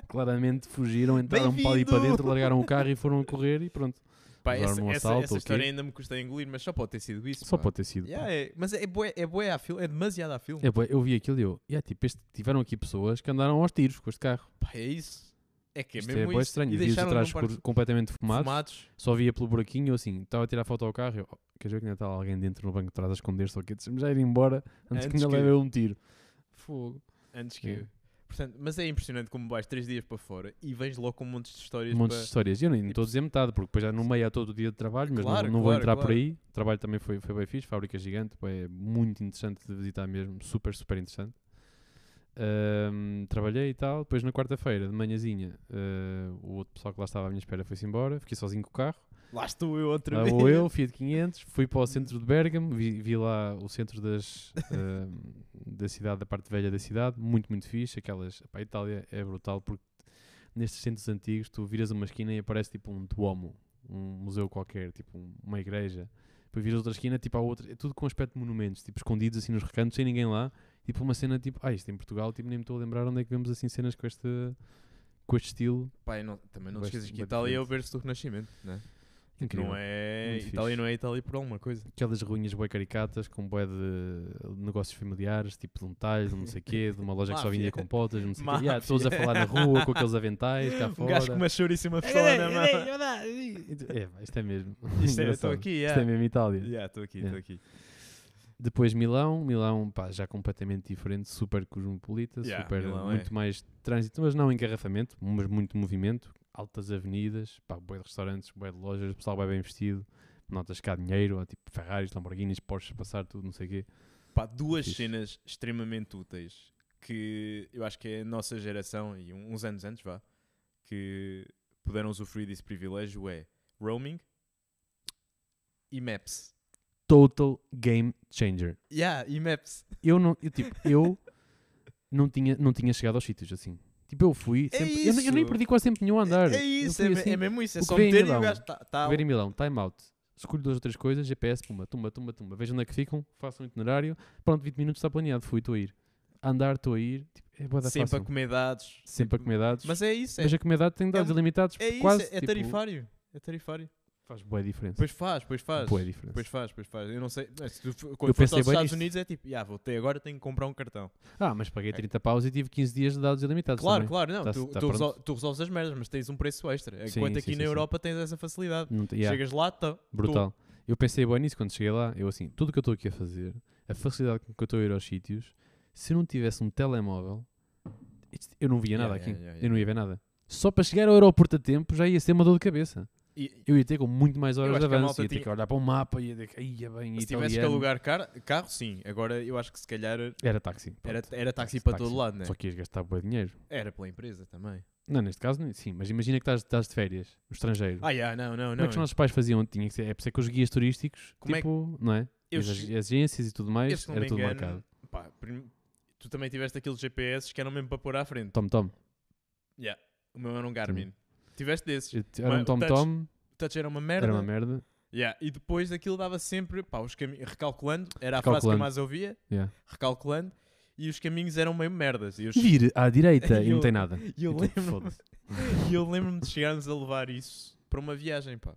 Claramente fugiram, entraram para ali para
Bem-vindo!
dentro, largaram o carro e foram a correr e pronto.
Pá,
Levaram
essa,
um
essa-
assalto
essa
ou o quê?
história ainda me custa a engolir, mas só pode ter sido isso.
Só
pá.
pode ter sido. pá.
Yeah, é- mas é boé, é boé à fila, é demasiado à fila.
É bué, eu vi aquilo e eu, yeah, tipo, este- tiveram aqui pessoas que andaram aos tiros com este carro.
Pá, é isso. É que é
Isto é
mesmo
bué
isso.
estranho.
E
Os vidros
deixaram
atrás
num parque
escuros, completamente
fumados.
fumados. Só via pelo buraquinho, eu assim, estava a tirar foto ao carro. Eu, oh, queres ver que ainda está alguém dentro no banco de trás a esconder-se ou quê? Deixa-me já ir embora antes, que
Antes
ainda
que-
leve eu um tiro. Fogo.
Antes que...
Yeah.
Portanto, mas é impressionante como vais três dias para fora e vens logo com um monte de histórias
Um monte de
para...
histórias. E eu nem
tipo-
estou a dizer metade, porque depois já no meio há todo o dia de trabalho, mas não-
Claro,
não, vou
claro,
entrar por
claro.
aí. O trabalho também foi, foi bem fixe, fábrica gigante, pá, é muito interessante de visitar mesmo, super, super interessante. Ahm, trabalhei e tal, depois na quarta-feira, de manhãzinha, ah, o outro pessoal que lá estava à minha espera foi-se embora, fiquei sozinho com o carro.
Lá estou eu outra
Lá
vez.
vou Ah, eu, Fiat 500, fui para o centro de Bergamo, vi, vi lá o centro das, ah, da cidade, da parte velha da cidade, muito, muito fixe. Aquelas, pá, a Itália é brutal porque nestes centros antigos tu viras uma esquina e aparece tipo um duomo, um museu qualquer, tipo um- uma igreja. Depois viras outra esquina, tipo a outra, é tudo com aspecto de monumentos, tipo escondidos assim nos recantos, sem ninguém lá. Tipo uma cena tipo, ah, isto em Portugal, tipo, nem me estou a lembrar onde é que vemos assim cenas com este, com este estilo.
*laughs* Pá, e não- também não te
Bastante-
esqueças que
bem
Itália é o
diferente.
berço do Renascimento, né?
Incrível.
Não é.
Muito
Itália
fixe.
não é Itália por alguma coisa.
Aquelas ruinhas bué caricatas com bué de negócios familiares, tipo de um talho, de um não sei quê, de uma loja que só vendia
Máfia.
compotas, de um não sei quê. E há
Máfia.
pessoas a
*laughs*
falar na rua com aqueles aventais cá
Um gajo com
fora.
uma chouriça e
*laughs*
uma pistola na mão.
É, pá, isto é mesmo.
Isto é, estou
é. Engraçado.
aqui,
Isto é
yeah.
mesmo É. Itália.
Yeah, Estou aqui, estou
Yeah.
aqui.
Depois Milão, Milão pá, já completamente diferente, super cosmopolita,
Yeah,
super
Milão é.
muito mais trânsito, mas não engarrafamento, mas muito movimento, altas avenidas, pá, bué de restaurantes, bué de lojas, o pessoal vai bem vestido, notas cá dinheiro, há tipo Ferraris, Lamborghinis, Porsche, passar tudo, não sei o quê.
Pá, duas
Fixe.
cenas extremamente úteis que eu acho que é a nossa geração e um- uns anos antes, vá, que puderam usufruir desse privilégio é roaming e maps.
Total game changer.
Yeah, e maps.
Eu não, eu, tipo, *laughs* eu não tinha, não tinha chegado aos sítios assim. Tipo, eu fui,
É
sempre, eu, eu nem
isso.
perdi quase tempo nenhum a andar.
É
Eu
isso,
fui
é, me-
assim,
é mesmo isso. É
o
só
que vem em
meter e o
Milão.
gajo está. Tá,
Ver em Milão, time out. Escolho duas ou três coisas, GPS, pumba, tumba, tumba, tumba. Vejo onde é que ficam, faço um itinerário. Pronto, 20 minutos está planeado, fui, estou a ir. A andar, estou a ir. Tipo, é boa da
sempre
fácil.
a comer dados.
Sempre a comer dados. Mas,
Mas é isso, é,
a comer dados tem dados
um-
ilimitados.
é, isso,
quase,
é, é
tipo,
tarifário. É tarifário.
Faz boa diferença.
Pois faz, pois faz.
Boa diferença.
Pois faz, pois faz. Eu não sei. mas se tu f- quando foste
pensei
aos
bem
Estados
nisso.
Unidos é tipo, ah, voltei agora, tenho que comprar um cartão.
Ah, mas paguei 30 paus e tive 15 dias de dados ilimitados.
é. Claro,
também.
claro, não.
Tá-
tu,
tá
tu,
pronto.
resol- tu resolves as merdas, mas tens um preço extra.
Sim,
Enquanto
sim,
aqui
sim,
na
sim.
Europa tens essa facilidade.
Não te- yeah,
Chegas lá, tá,
brutal. Eu pensei bem nisso quando cheguei lá. Eu assim, tudo o que eu estou aqui a fazer, a facilidade com que eu estou a ir aos sítios, se eu não tivesse um telemóvel, isto- eu não via nada
Yeah,
aqui.
yeah, yeah,
Eu não ia ver nada. Só para chegar ao aeroporto a tempo já ia ser uma dor de cabeça.
E,
Eu ia ter com muito mais horas
acho
de
que a
avanço.
malta
Ia ter
tinha-
que olhar para o mapa e ia ter que. Ia bem,
se
italiano.
tivesse que alugar car- carro, sim. Agora eu acho que se calhar
Era táxi.
era,
pronto.
era táxi para todo
Táxi.
lado, né?
Só que ias gastar bom dinheiro.
Era pela empresa também.
Não, neste caso, não- sim, mas imagina que estás, estás de férias, no estrangeiro.
Ah, yeah, não, não,
Como é
não.
que os nossos pais faziam? Tinha que ser, é por isso é que os guias turísticos,
Como é que-
tipo, não é?
Eu
as
che-
ag- agências e tudo
eu,
mais,
se não
era
me
tudo
engano,
marcado.
pá, prim- tu também tiveste aqueles GPS que eram mesmo para pôr à frente.
Tom Tom.
O meu era um Garmin. Tiveste desses.
Eu- Era um
Mas,
Tom
touch-
Tom,
O touch era uma merda.
era uma merda.
Yeah, E depois aquilo dava sempre, pá, os cami- recalculando, era a frase que eu
Recalculando.
mais ouvia,
Yeah.
recalculando, e os caminhos eram meio merdas. E *laughs* eu, che- Então,
Vir à direita e
Eu-
não tem nada.
*laughs* e eu
tu,
lembro-me
foda-se.
*laughs* e eu lembro-me de chegarmos a levar isso para uma viagem, pá.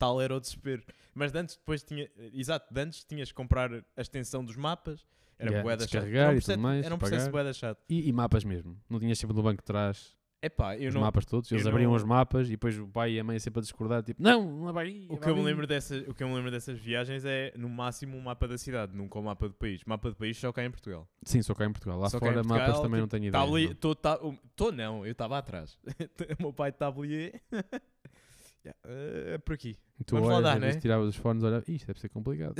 Tal era o desespero. Mas de antes, depois tinha, exato, de antes tindas que comprar a extensão dos mapas, era
Yeah,
boeda chato.
descarregar
Era um
e tudo
processo-
mais,
Era um processo
pagar.
boeda chato.
E, e mapas mesmo. Não tinhas sempre no banco de trás
É pá, eu
os
não.
mapas todos. Eles
eu
abriam
não-
os mapas e depois o pai e a mãe sempre a discordar, tipo, não, não é para aí. é
O que,
para
eu me
ali."
lembro dessas, o que eu me lembro dessas viagens é, no máximo, um mapa da cidade, nunca um mapa do país. Mapa do país só cá em Portugal.
Sim, só cá em Portugal. Lá
Só cá em
fora
Portugal,
mapas
tipo,
também não tenho ideia.
Tablier,
não.
tô, ta- o- tô não, eu estava atrás. *laughs* o meu pai de tablier. *laughs* Yeah, eh, é por aqui.
Tu
vamos lá
olhas,
dar,
às vezes
né?
tiravas os fones, olha, isto deve ser
*laughs*
complicado.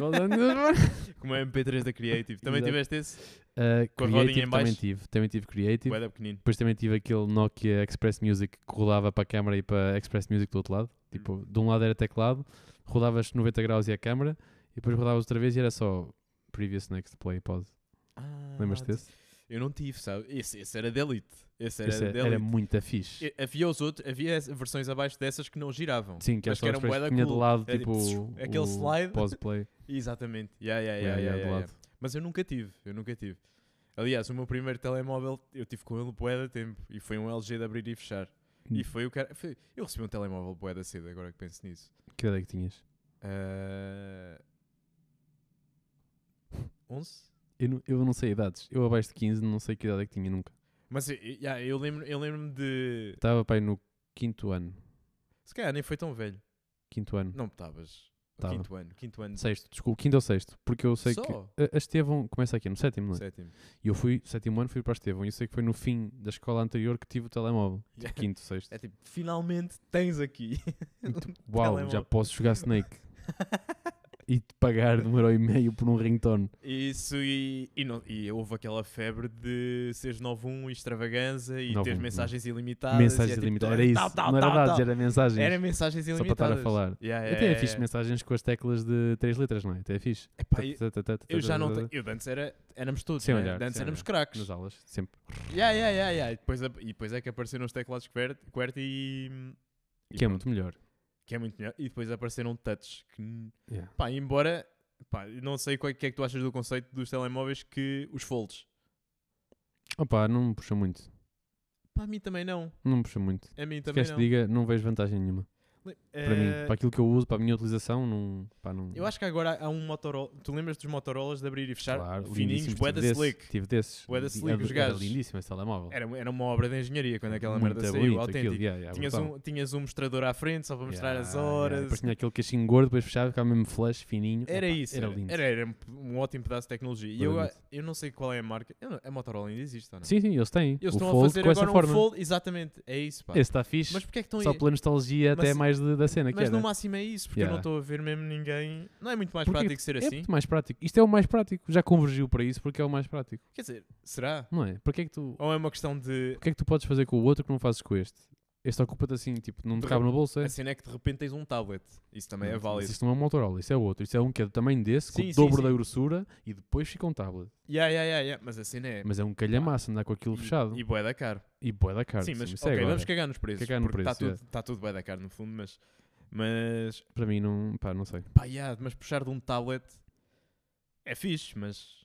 Vou dando os fones.
Como é MP3 da Creative. Também
Exato.
tiveste esse?
Ah,
Com a rodinha em
Creative também
baixo.
tive. Também tive Creative.
Bué da pequenino.
Depois também tive aquele Nokia Express Music que rodava para a câmara e para a Express Music do outro lado.
Hum.
Tipo, de um lado era teclado, rodavas 90 graus e a câmara, e depois rodavas outra vez e era só previous, next, play, pause.
Ah,
Lembras-te desse?
Eu não tive, sabe? Esse, esse era de Elite. Esse era
Esse é-
de
era,
Elite.
era muito fixe.
E- Havia os outros, havia as- versões abaixo dessas que não giravam.
Sim, que
Mas
acho
que
que
era um
express
bué da
que tinha de
cool.
lado
Era
tipo
tipo,
o-
aquele
o
slide.
Pause play.
Exatamente. Yeah, yeah, *laughs* yeah, yeah,
Yeah, yeah, do
yeah,
lado.
yeah. Mas eu nunca tive, eu nunca tive. Aliás, o meu primeiro telemóvel, eu tive com ele bué da tempo. E foi um LG de abrir e fechar. E
Hum.
foi o cara... foi- Eu recebi um telemóvel bué da cedo, agora que penso nisso.
Que idade é que tinhas?
Ah, 11?
Eu não, eu não sei idades. Eu abaixo de 15 não sei que idade é que tinha nunca.
Mas eu, eu- yeah, eu lembro- eu lembro-me de.
Estava pai no quinto ano.
Se calhar nem foi tão velho.
Quinto ano.
Não estavas.
Tava.
Quinto ano. Quinto ano.
Sexto, desculpa, quinto ou sexto. Porque eu sei
Só?
que. A- A Estevão começa aqui no sétimo, não é?
Sétimo.
E eu fui, sétimo ano, fui para a Estevão. E eu sei que foi no fim da escola anterior que tive
*laughs*
o telemóvel.
Yeah.
Quinto, sexto.
É tipo, finalmente tens aqui. *laughs*
Uau, já
telemóvel.
posso
*laughs*
jogar Snake. e te pagar de um euro e meio por um ringtone.
Isso e, e, não, e houve aquela febre de seres 91 e extravaganza e
9-1,
teres
não. é?
mensagens ilimitadas. e é
mensagens
tipo,
ilimitadas.
tal,
Era isso.
tal, tal,
não era
tal,
dados,
tal.
era mensagens.
Era mensagens
Só para
ilimitadas.
estar a falar.
Yeah, yeah,
Até é
yeah,
fixe
yeah.
mensagens com as teclas de três letras, não é? Até é fixe.
Epá, eu-
Ta- ta- ta- ta-
Eu já não
ta- ta-
tenho. Eu de antes era, éramos todos.
Sem
né?
olhar,
De antes
sem
éramos
olhar.
craques.
Nas aulas, sempre.
Yeah, yeah, yeah, yeah. E, depois, ap- e depois é que apareceram os teclados QWERTY, QWERTY e. e
Que é
pronto,
muito melhor.
que é muito melhor. E depois apareceram touch. Que, n-
Yeah.
pá, embora. Pá, eu não sei o que é que tu achas do conceito dos telemóveis que os folds.
Opa, não me puxa muito.
Pá, a mim também não.
Não me puxa muito.
A mim
Se
também
queres que
não. Eh,
diga, não vejo vantagem nenhuma. Para mim, para aquilo que eu uso, para a minha utilização, não. Pá, não
Eu acho que agora há um Motorola. Tu lembras dos Motorolas de abrir e fechar?
claro,
Fininhos,
lindíssimos,
bué da
tive desse, tipo.
slick.
Tive desses.
Bué da slick,
Era-
os
era
gajos.
lindíssimo esse telemóvel.
Era, era uma obra de engenharia quando aquela
Muito
merda saiu,
bonito
autêntico.
aquilo, yeah, yeah,
tinhas,
brutal.
um, tinhas um mostrador à frente só para mostrar
Yeah,
as
yeah,
horas.
Depois tinha aquele queixinho gordo, depois fechava, ficava mesmo flush, fininho.
Era
Epá,
isso.
Era
Era,
lindo.
era, era um- um ótimo pedaço de tecnologia. E eu,
Claramente.
eu não sei qual é a marca. Eu não- a Motorola ainda existe ou não?
Sim, sim, eles têm.
Eles
o
estão
fold
a fazer
com essa
agora um
forma.
fold. Exatamente. É isso, pá.
Esse está fixe,
Mas porque é que estão
só
aí?
pela nostalgia
Mas-
até é mais de- da cena que
Mas
era.
no máximo é isso, porque eu não
Yeah.
estou a ver mesmo ninguém. Não é muito mais
Porque
prático ser
é
assim?
muito mais prático. Isto é o mais prático. Já convergiu para isso porque é o mais prático.
Quer dizer, será?
Não é? Porque é que tu,
Ou é uma questão de.
o que é que tu podes fazer com o outro que não fazes com este? Este ocupa-te assim, tipo, não te
De
cabe na bolsa.
A cena é que de repente tens um tablet. Isso também é
Não,
válido.
Mas isto não é um Motorola, isso é outro. Isso é um que é do tamanho desse, com
Sim,
o
sim,
dobro
sim.
da grossura e depois fica um tablet.
Yeah, yeah, yeah, yeah. Mas a cena é.
Mas é um calhamaço andar com aquilo
e-
fechado.
E
E,
bué da caro.
boa da cara.
Sim, mas
isso é
ok,
agora.
vamos cagar nos preços.
Cagar no
porque está
preço,
tudo, tá tudo bué da caro no fundo, mas. Mas.
Para mim, não, pá, não sei.
Pá, yeah, mas puxar de um tablet é fixe, mas.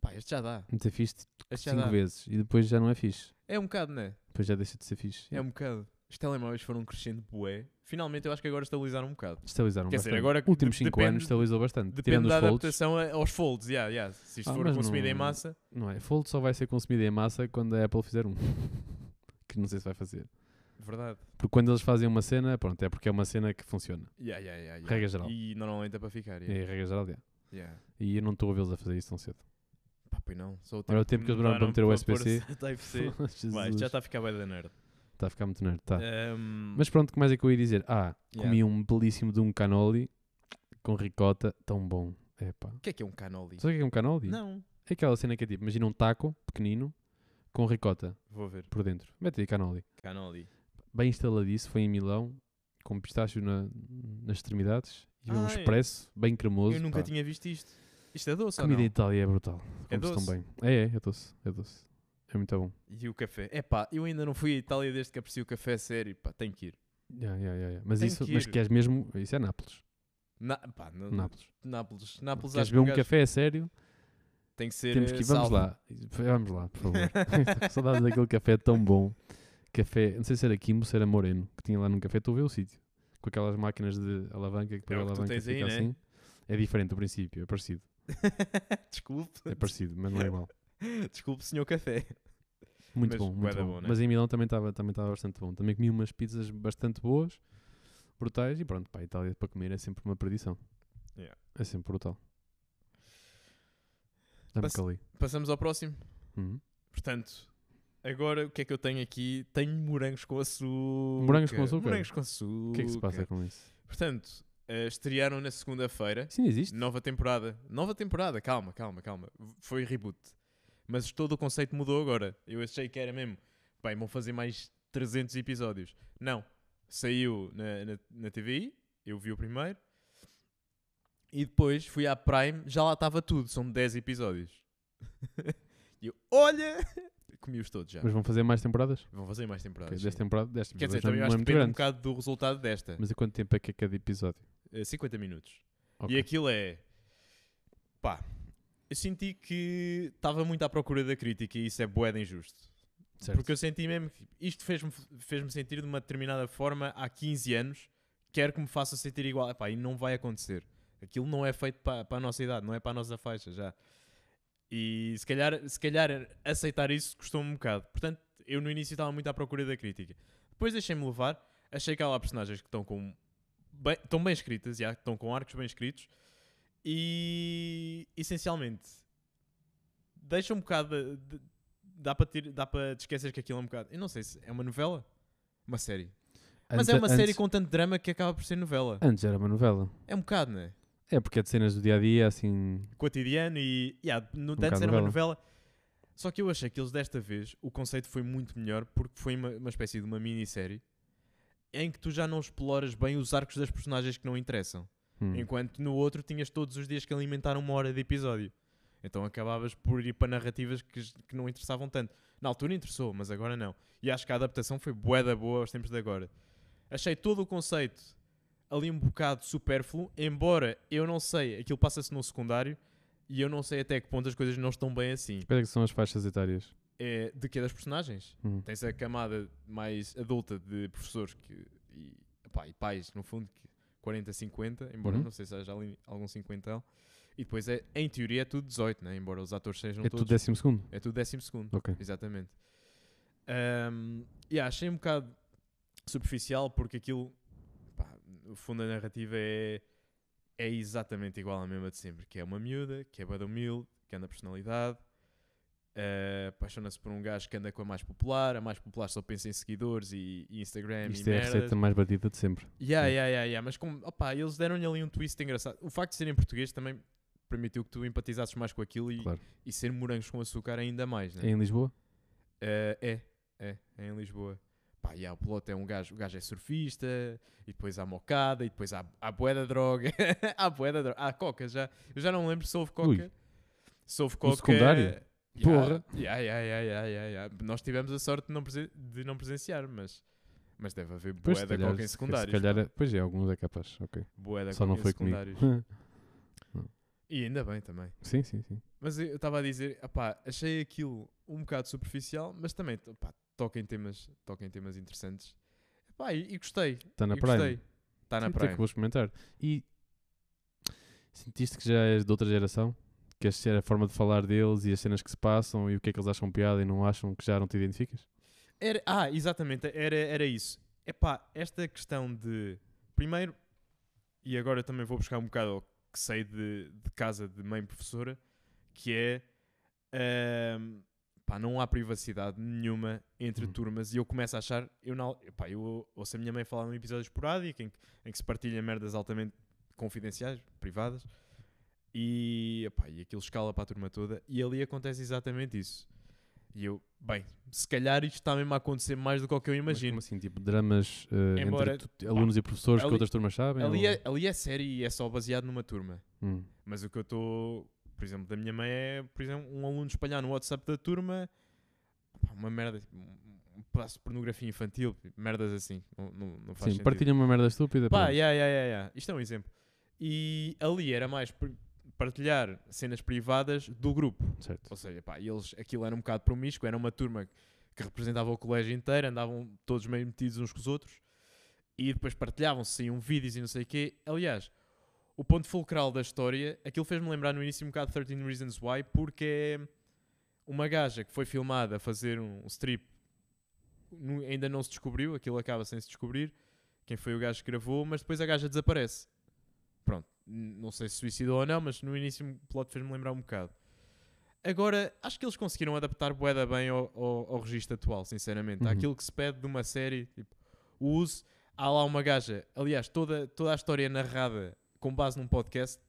Pá, este já dá.
Muito é fixe
Este já
5
dá.
vezes e depois já não é fixe.
É um bocado, né?
Depois já deixa de ser fixe.
É um bocado. Os telemóveis foram crescendo bué. Finalmente eu acho que agora estabilizaram um bocado.
Estabilizaram
Quer dizer,
bastante.
agora que
últimos
de-
5 anos
depende-
estabilizou bastante.
Depende
Tirando os
da
folds.
adaptação a- aos folds, yeah, yeah. se isto
Ah,
for
mas
consumido em
não-
massa.
Não é? Fold só vai ser consumido em massa quando a Apple fizer um. *laughs* que não sei se vai fazer.
Verdade.
Porque quando eles fazem uma cena, pronto, é porque é uma cena que funciona.
Yeah, yeah, yeah, yeah.
Regra geral.
E normalmente é para ficar.
É
Yeah.
a regra geral, é.
Yeah.
E eu não estou a vê-los a fazer isso tão cedo.
Pá, pois não. Só o
Olha o tempo que eles demoraram para meter o USB-C.
*laughs* Type-C.
*laughs* Jesus.
Vai, isto já está a ficar bué da nerd.
Está a ficar muito nerd, tá.
Ahm,
Mas pronto, o que mais é que eu ia dizer? Ah,
É. Yeah.
comi um belíssimo de um canoli com ricota, tão bom. Epá.
O que é que é um canoli?
Sabe o que é um canoli?
Não.
É aquela cena que é tipo, imagina um taco pequenino com ricota
Vou ver.
por dentro. Mete aí canoli.
Canoli.
Bem instaladiço, foi em Milão, com pistácio na- nas extremidades e
Ai.
um expresso bem
Ah,
cremoso.
é. Eu nunca
pá.
tinha visto isto. Isto é doce ou
Comida
não?
em Itália é brutal.
É
Come-se tão
doce?
bem. É, é, é doce. É doce. É muito bom.
E o café. É pá, eu ainda não fui à Itália desde que aprecio o café a sério. Pá, tenho que ir.
Yeah, yeah, yeah, yeah. Mas
Tem
isso,
que
mas
ir.
queres mesmo. Isso é Nápoles.
Na, pá, na,
Nápoles.
Nápoles. Nápoles
Queres
acho que
beber um
gajo
café a sério?
Tem que ser. eh,
Temos que ir. Vamos lá. Vamos lá, por
*laughs*
favor. Saudades daquele café tão bom. Café, não sei se era Kimbo, se era Moreno, que tinha lá num café. Estou a ver o sítio. Com aquelas máquinas de alavanca que pega
o
a
que tu
alavanca e
tens aí,
fica
né?
assim. É diferente do princípio, é parecido.
*laughs* Desculpe.
É parecido, mas não
*laughs*
é igual.
Desculpe, senhor café. *laughs*
Muito
Mas
bom,
bué
muito
da
bom.
bom, né?
Mas em Milão também estava também estava bastante bom. Também comi umas pizzas bastante boas, brutais. E pronto, pá, Itália para comer é sempre uma perdição.
Yeah.
É sempre brutal. Dá-me
Mas-
cali.
Passamos ao próximo.
Uhum.
Portanto, agora o que é que eu tenho aqui? Tenho morangos com açúcar.
Morangos com açúcar?
Morangos com
O
açúcar.
que é que se passa com isso?
Portanto, eh, estrearam na segunda-feira.
Isso ainda existe?
Nova temporada. Nova temporada, calma, calma, calma. Foi reboot. Mas todo o conceito mudou agora. Eu achei que era mesmo. Bem, vão fazer mais 300 episódios. Não. Saiu na, na, na TVI, eu vi o primeiro. E depois fui à Prime, já lá estava tudo, são 10 episódios. *laughs* e eu, olha! *laughs* Comi-os todos já.
Mas vão fazer mais temporadas?
Vão fazer mais
Ok,
temporadas.
10
É. Ah, sim.
temporadas, 10
Quer dizer,
temporadas.
também
não
acho que
é muito
depende um
grande.
bocado do resultado desta.
Mas a quanto tempo é que é cada episódio?
Eh, 50 minutos. E
Ok.
aquilo é. Pá, eu senti que estava muito à procura da crítica e isso é bué de injusto.
Certo.
Porque eu senti mesmo que isto fez-me fez sentir de uma determinada forma há 15 anos, quero que me faça sentir igual. Epá, e não vai acontecer. Aquilo não é feito para a nossa idade, não é para a nossa faixa já. E se calhar, se calhar aceitar isso custou-me um bocado. Portanto, eu no início estava muito à procura da crítica. Depois deixei-me levar, achei que há lá personagens que estão com bem, estão bem escritas, já, que estão com arcos bem escritos e essencialmente deixa um bocado de- de- dá para ter- dá para te esquecer que aquilo é um bocado. Eu não sei se é uma novela, uma série. Mas
Antes-
é uma série
antes-
com tanto drama que acaba por ser novela.
Antes era uma novela.
É um bocado, né?
É porque é de cenas do dia a dia, assim.
Cotidiano e yeah, no, antes
Um bocado
era uma novela. Só que eu achei que eles desta vez o conceito foi muito melhor porque foi uma, uma espécie de uma minissérie em que tu já não exploras bem os arcos das personagens que não interessam.
hum,
Enquanto no outro tinhas todos os dias que alimentar uma hora de episódio. Então acabavas por ir para narrativas que, j- que não interessavam tanto. Na altura interessou, mas agora não. E acho que a adaptação foi bué da boa aos tempos de agora. Achei todo o conceito ali um bocado supérfluo, embora eu não sei, aquilo passa-se no secundário e eu não sei até que ponto as coisas não estão bem assim.
Quais é que são as faixas etárias?
É, de que é das personagens?
Hum.
Tens a camada mais adulta de professores que, e epá, e pais, no fundo, que 40, 50, embora
Uhum.
não sei se haja ali algum 50 e depois é, em teoria é tudo 18, né? embora os atores sejam
É
todos.
tudo décimo segundo?
É tudo décimo segundo.
Ok.
Exatamente. Ahm, e achei um bocado superficial porque aquilo, pá, no fundo, a narrativa é, é exatamente igual à mesma de sempre: que é uma miúda, que é bada humilde, que anda personalidade, ah, apaixona-se por um gajo que anda com a mais popular, a mais popular só pensa em seguidores e, e Instagram
Isto
e
é a
merdas.
receita mais batida de sempre.
Yeah,
Sim.
yeah, yeah, yeah. Mas como, opá, eles deram-lhe ali um twist engraçado. O facto de serem português também permitiu que tu empatizasses mais com aquilo e,
Claro.
e ser morangos com açúcar ainda mais, né?
É em Lisboa?
Eh, é, é, é em Lisboa. Pá, e há o piloto é um gajo, o gajo é surfista, e depois há mocada, e depois há, há bué da droga, *laughs* há bué da droga, há coca já, eu já não me lembro se houve coca.
Ui.
Se houve coca...
secundário?
Ya,
Porra.
ya, ya, ya, ya, ya, ya. Nós tivemos a sorte de não, presen- de não presenciar, mas, mas deve haver bué
se
da
calhar-
coca em
se-
secundários.
Se calhar, pois é, alguns é capaz. Ok. *laughs*
Bué da
Só
coca
não
em
foi comigo.
secundários. E ainda bem também.
sim, sim, sim.
Mas eu estava a dizer, opá, achei aquilo um bocado superficial, mas também opá, toca, em temas, toca em temas interessantes. Epá, e, e gostei.
Está Tá na
e
praia.
gostei. Está Tá na
Sim,
praia.
Até que vou experimentar. E sentiste que já és de outra geração? Que esta era a forma de falar deles e as cenas que se passam e o que é que eles acham piada e não acham que já não te identificas?
Era- ah, exatamente, era, era isso. Epá, esta questão de. Primeiro, e agora também vou buscar um bocado ao que sei de, de casa de mãe professora, que é. ahm, pá, não há privacidade nenhuma entre
Hum.
turmas e eu começo a achar. Eu, não, epá, eu ouço a minha mãe falar num episódio esporádico em que, em que se partilha merdas altamente confidenciais, privadas, e, epá, e aquilo escala para a turma toda, e ali acontece exatamente isso. E eu, bem, se calhar isto está mesmo a acontecer mais do que o que eu
Mas
imagino.
como assim, tipo dramas eh,
Embora-
entre tu- alunos e professores
ali-
que outras turmas sabem?
ali,
ou-
é, ali é série e é só baseado numa turma.
Hum.
Mas o que eu estou, por exemplo, da minha mãe é, por exemplo, um aluno espalhar no WhatsApp da turma pá, uma merda, tipo, um um pedaço de pornografia infantil, merdas assim. Não, não, não faz
Sim,
sentido.
partilha uma merda estúpida.
Pá,
pronto.
yeah, yeah, yeah, yeah. Isto é um exemplo. E ali era mais par- partilhar cenas privadas do grupo.
Certo.
Ou seja, pá, eles, aquilo era um bocado promíscuo, era uma turma que representava o colégio inteiro, andavam todos meio metidos uns com os outros e depois partilhavam-se, saíam vídeos e não sei o quê. Aliás, o ponto fulcral da história, aquilo fez-me lembrar no início um bocado 13 Reasons Why, porque é uma gaja que foi filmada a fazer um strip, nu- ainda não se descobriu, aquilo acaba sem se descobrir quem foi o gajo que gravou, mas depois a gaja desaparece. Pronto, n- não sei se suicidou ou não, mas no início o plot fez-me lembrar um bocado. Agora, acho que eles conseguiram adaptar boeda bem ao, ao, ao registro atual, sinceramente.
Uhum.
Aquilo que se pede de uma série, tipo, o uso. Há lá uma gaja, aliás, toda, toda a história é narrada com base num podcast.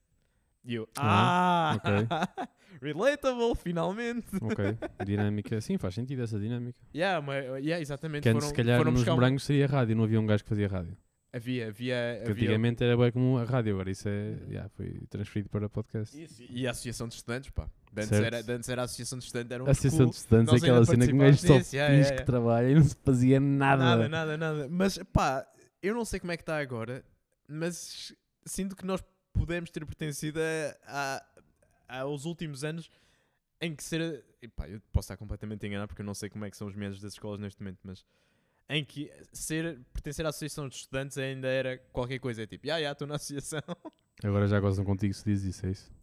E eu, ah,
Ah,
*laughs* relatable, finalmente. *laughs*
Ok. Dinâmica. Sim, faz sentido essa dinâmica.
Yeah, uma, yeah, exatamente.
Que antes, se calhar, nos
buscar um-
morangos seria rádio. Não havia um gajo que fazia rádio.
Havia, havia, um-
Que
havia.
antigamente era bem comum a rádio. Agora isso é, yeah, foi transferido para podcast.
E a Associação de Estudantes, pá. De antes,
Certo.
era, de antes era a Associação de Estudantes, era um
A Associação de Estudantes é
Nós ainda
aquela cena que um gajo só
participámos
diz
nisso, yeah, yeah, yeah.
que trabalha e não se fazia nada.
Nada, nada, nada. Mas, pá, eu não sei como é que está agora, mas sinto que nós pudemos ter pertencido a- a- aos últimos anos em que ser... e pá, eu posso estar completamente enganado porque eu não sei como é que são os meses das escolas neste momento, mas em que ser, pertencer à associação de estudantes ainda era qualquer coisa. É tipo, já, já, estou na associação.
Agora já gozam contigo se diz isso, é isso?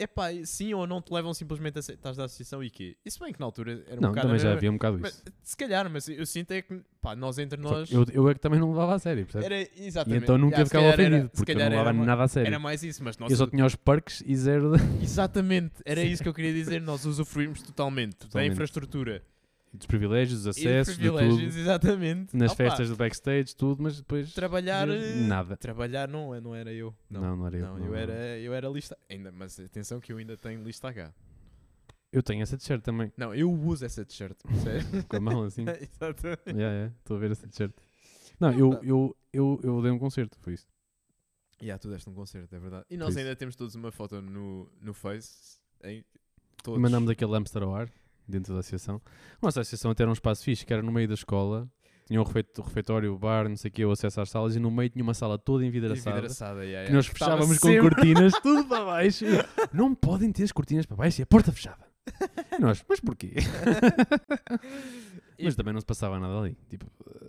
É pá, sim ou não te levam simplesmente a ser, estás da associação e quê? Isso bem que na altura era um
não,
bocado... a
também já
mesma-
havia um bocado
Mas,
isso.
se calhar, mas eu sinto é que pá, nós entre
Só
nós.
que Eu, eu é que também não levava a sério, percebes?
Era
E
exatamente.
então nunca
Yeah, se
ficava
calhar era-
ofendido,
se
porque eu não
calhar era
levava
ma-
nada a sério.
Era mais isso, mas nós.
eu só tinha os perks e zero. de-
Exatamente, era
Sim.
isso que eu queria dizer. Nós usufruímos totalmente,
Totalmente.
da infraestrutura
*laughs* dos privilégios, dos
e dos
acessos, de
privilégios,
tudo.
exatamente.
Nas
Opa,
festas do backstage, tudo, mas depois.
Trabalhar. eh,
Nada.
Trabalhar não, não era eu. Não,
Não, não, era eu.
Não,
não,
eu,
não.
era, eu era lista. Ainda, mas atenção que eu ainda tenho lista H.
Eu tenho essa t-shirt também,
Não, eu uso essa t-shirt. percebes? *laughs*
com a mão assim.
Exatamente.
yeah, yeah, estou a ver essa t-shirt. Não, eu, eu, eu, eu dei um concerto, foi isso.
E yeah, tu deste um concerto, é verdade. E nós
isso.
ainda temos todos uma foto no, no Face. Em,
E
todos.
mandámos aquele hamster ao ar, dentro da associação. A nossa associação até era um espaço fixe, que era no meio da escola. Tinha um refe- refeitório, o bar, não sei o quê, o acesso às salas. E no meio tinha uma sala toda envidraçada.
Envidraçada, yeah, yeah.
Que nós
Estava
fechávamos com
sempre- *laughs*
cortinas, tudo para baixo. *laughs* Não podem ter as cortinas para baixo e a porta fechada.
*laughs*
E nós, mas porquê?
E-
Mas também não se passava nada ali. Tipo, eh,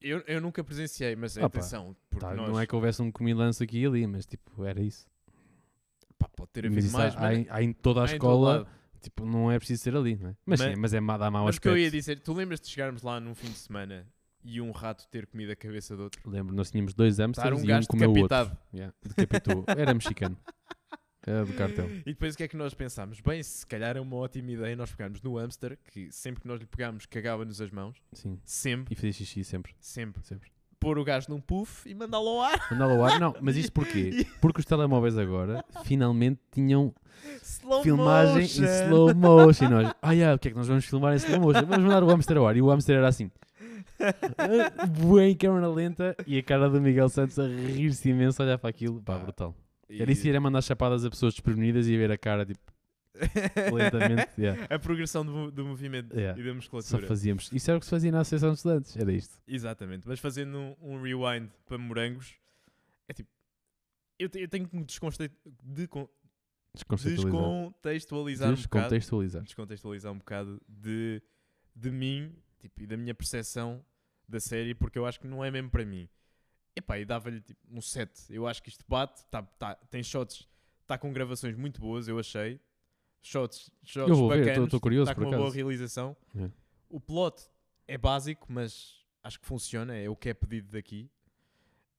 Eu, eu nunca presenciei, mas
Ah, pá.
atenção, porque
Tá,
nós,
Não é que houvesse um comilanço aqui e ali, mas tipo, era isso.
pá, pode ter
mas
havido
isso
mais,
há,
mas-
há em, há em toda a
há em todo
escola,
lado.
tipo, não é preciso ser ali, não é? Mas,
Mas-
sim, mas é má, dá mau
Mas o que eu ia
aspecto.
dizer, tu lembras de chegarmos lá num fim de semana e um rato ter comido a cabeça do outro?
Lembro, nós tínhamos dois hamsters
Estar um
e um
gajo
comeu o outro.
decapitado.
Yeah, decapitou. Era mexicano. Era do cartel.
E depois o que é que nós pensámos? Bem, se calhar é uma ótima ideia nós pegarmos no hamster, que sempre que nós lhe pegámos cagava-nos as mãos.
Sim.
Sempre,
E fazia xixi sempre.
sempre.
sempre.
Pôr o gajo num puff e mandá-lo ao ar.
Mandá-lo ao
*laughs*
ar? Não, mas isto porquê? Porque os telemóveis agora finalmente tinham
Slow
filmagem
motion.
em slow motion. E Nós, ah, yeah, o que é que nós vamos filmar em slow motion? Vamos mandar o hamster ao ar. E o hamster era assim. ah, *laughs* Bué em câmera lenta e a cara do Miguel Santos a rir-se imenso, a olhar para aquilo. Pá,
Pá,
brutal.
Ah, E- *laughs*
Era isso, era mandar chapadas a pessoas desprevenidas e a ver a cara, tipo, lentamente. yeah.
a progressão do, mo- do movimento
Yeah.
e da
Só
musculatura.
fazíamos. Isso era o que se fazia na Associação de Estudantes. Era isto.
Exatamente. Mas fazendo um, um rewind para morangos, é tipo. Eu, te- eu tenho que me desconste- decon- descontextualizar
Descontextualizar.
um bocado.
Descontextualizar.
Descontextualizar um bocado de, de mim tipo, e da minha percepção da série, porque eu acho que não é mesmo para mim. Epá, e dava-lhe tipo, um 7. Eu acho que isto bate, tá, tá, tem shots, está com gravações muito boas, eu achei. Shots, shots
Eu vou ver,
bacanos,
estou- estou curioso,
tá com
por
uma boa
acaso.
realização.
É.
O plot é básico, mas acho que funciona, é o que é pedido daqui.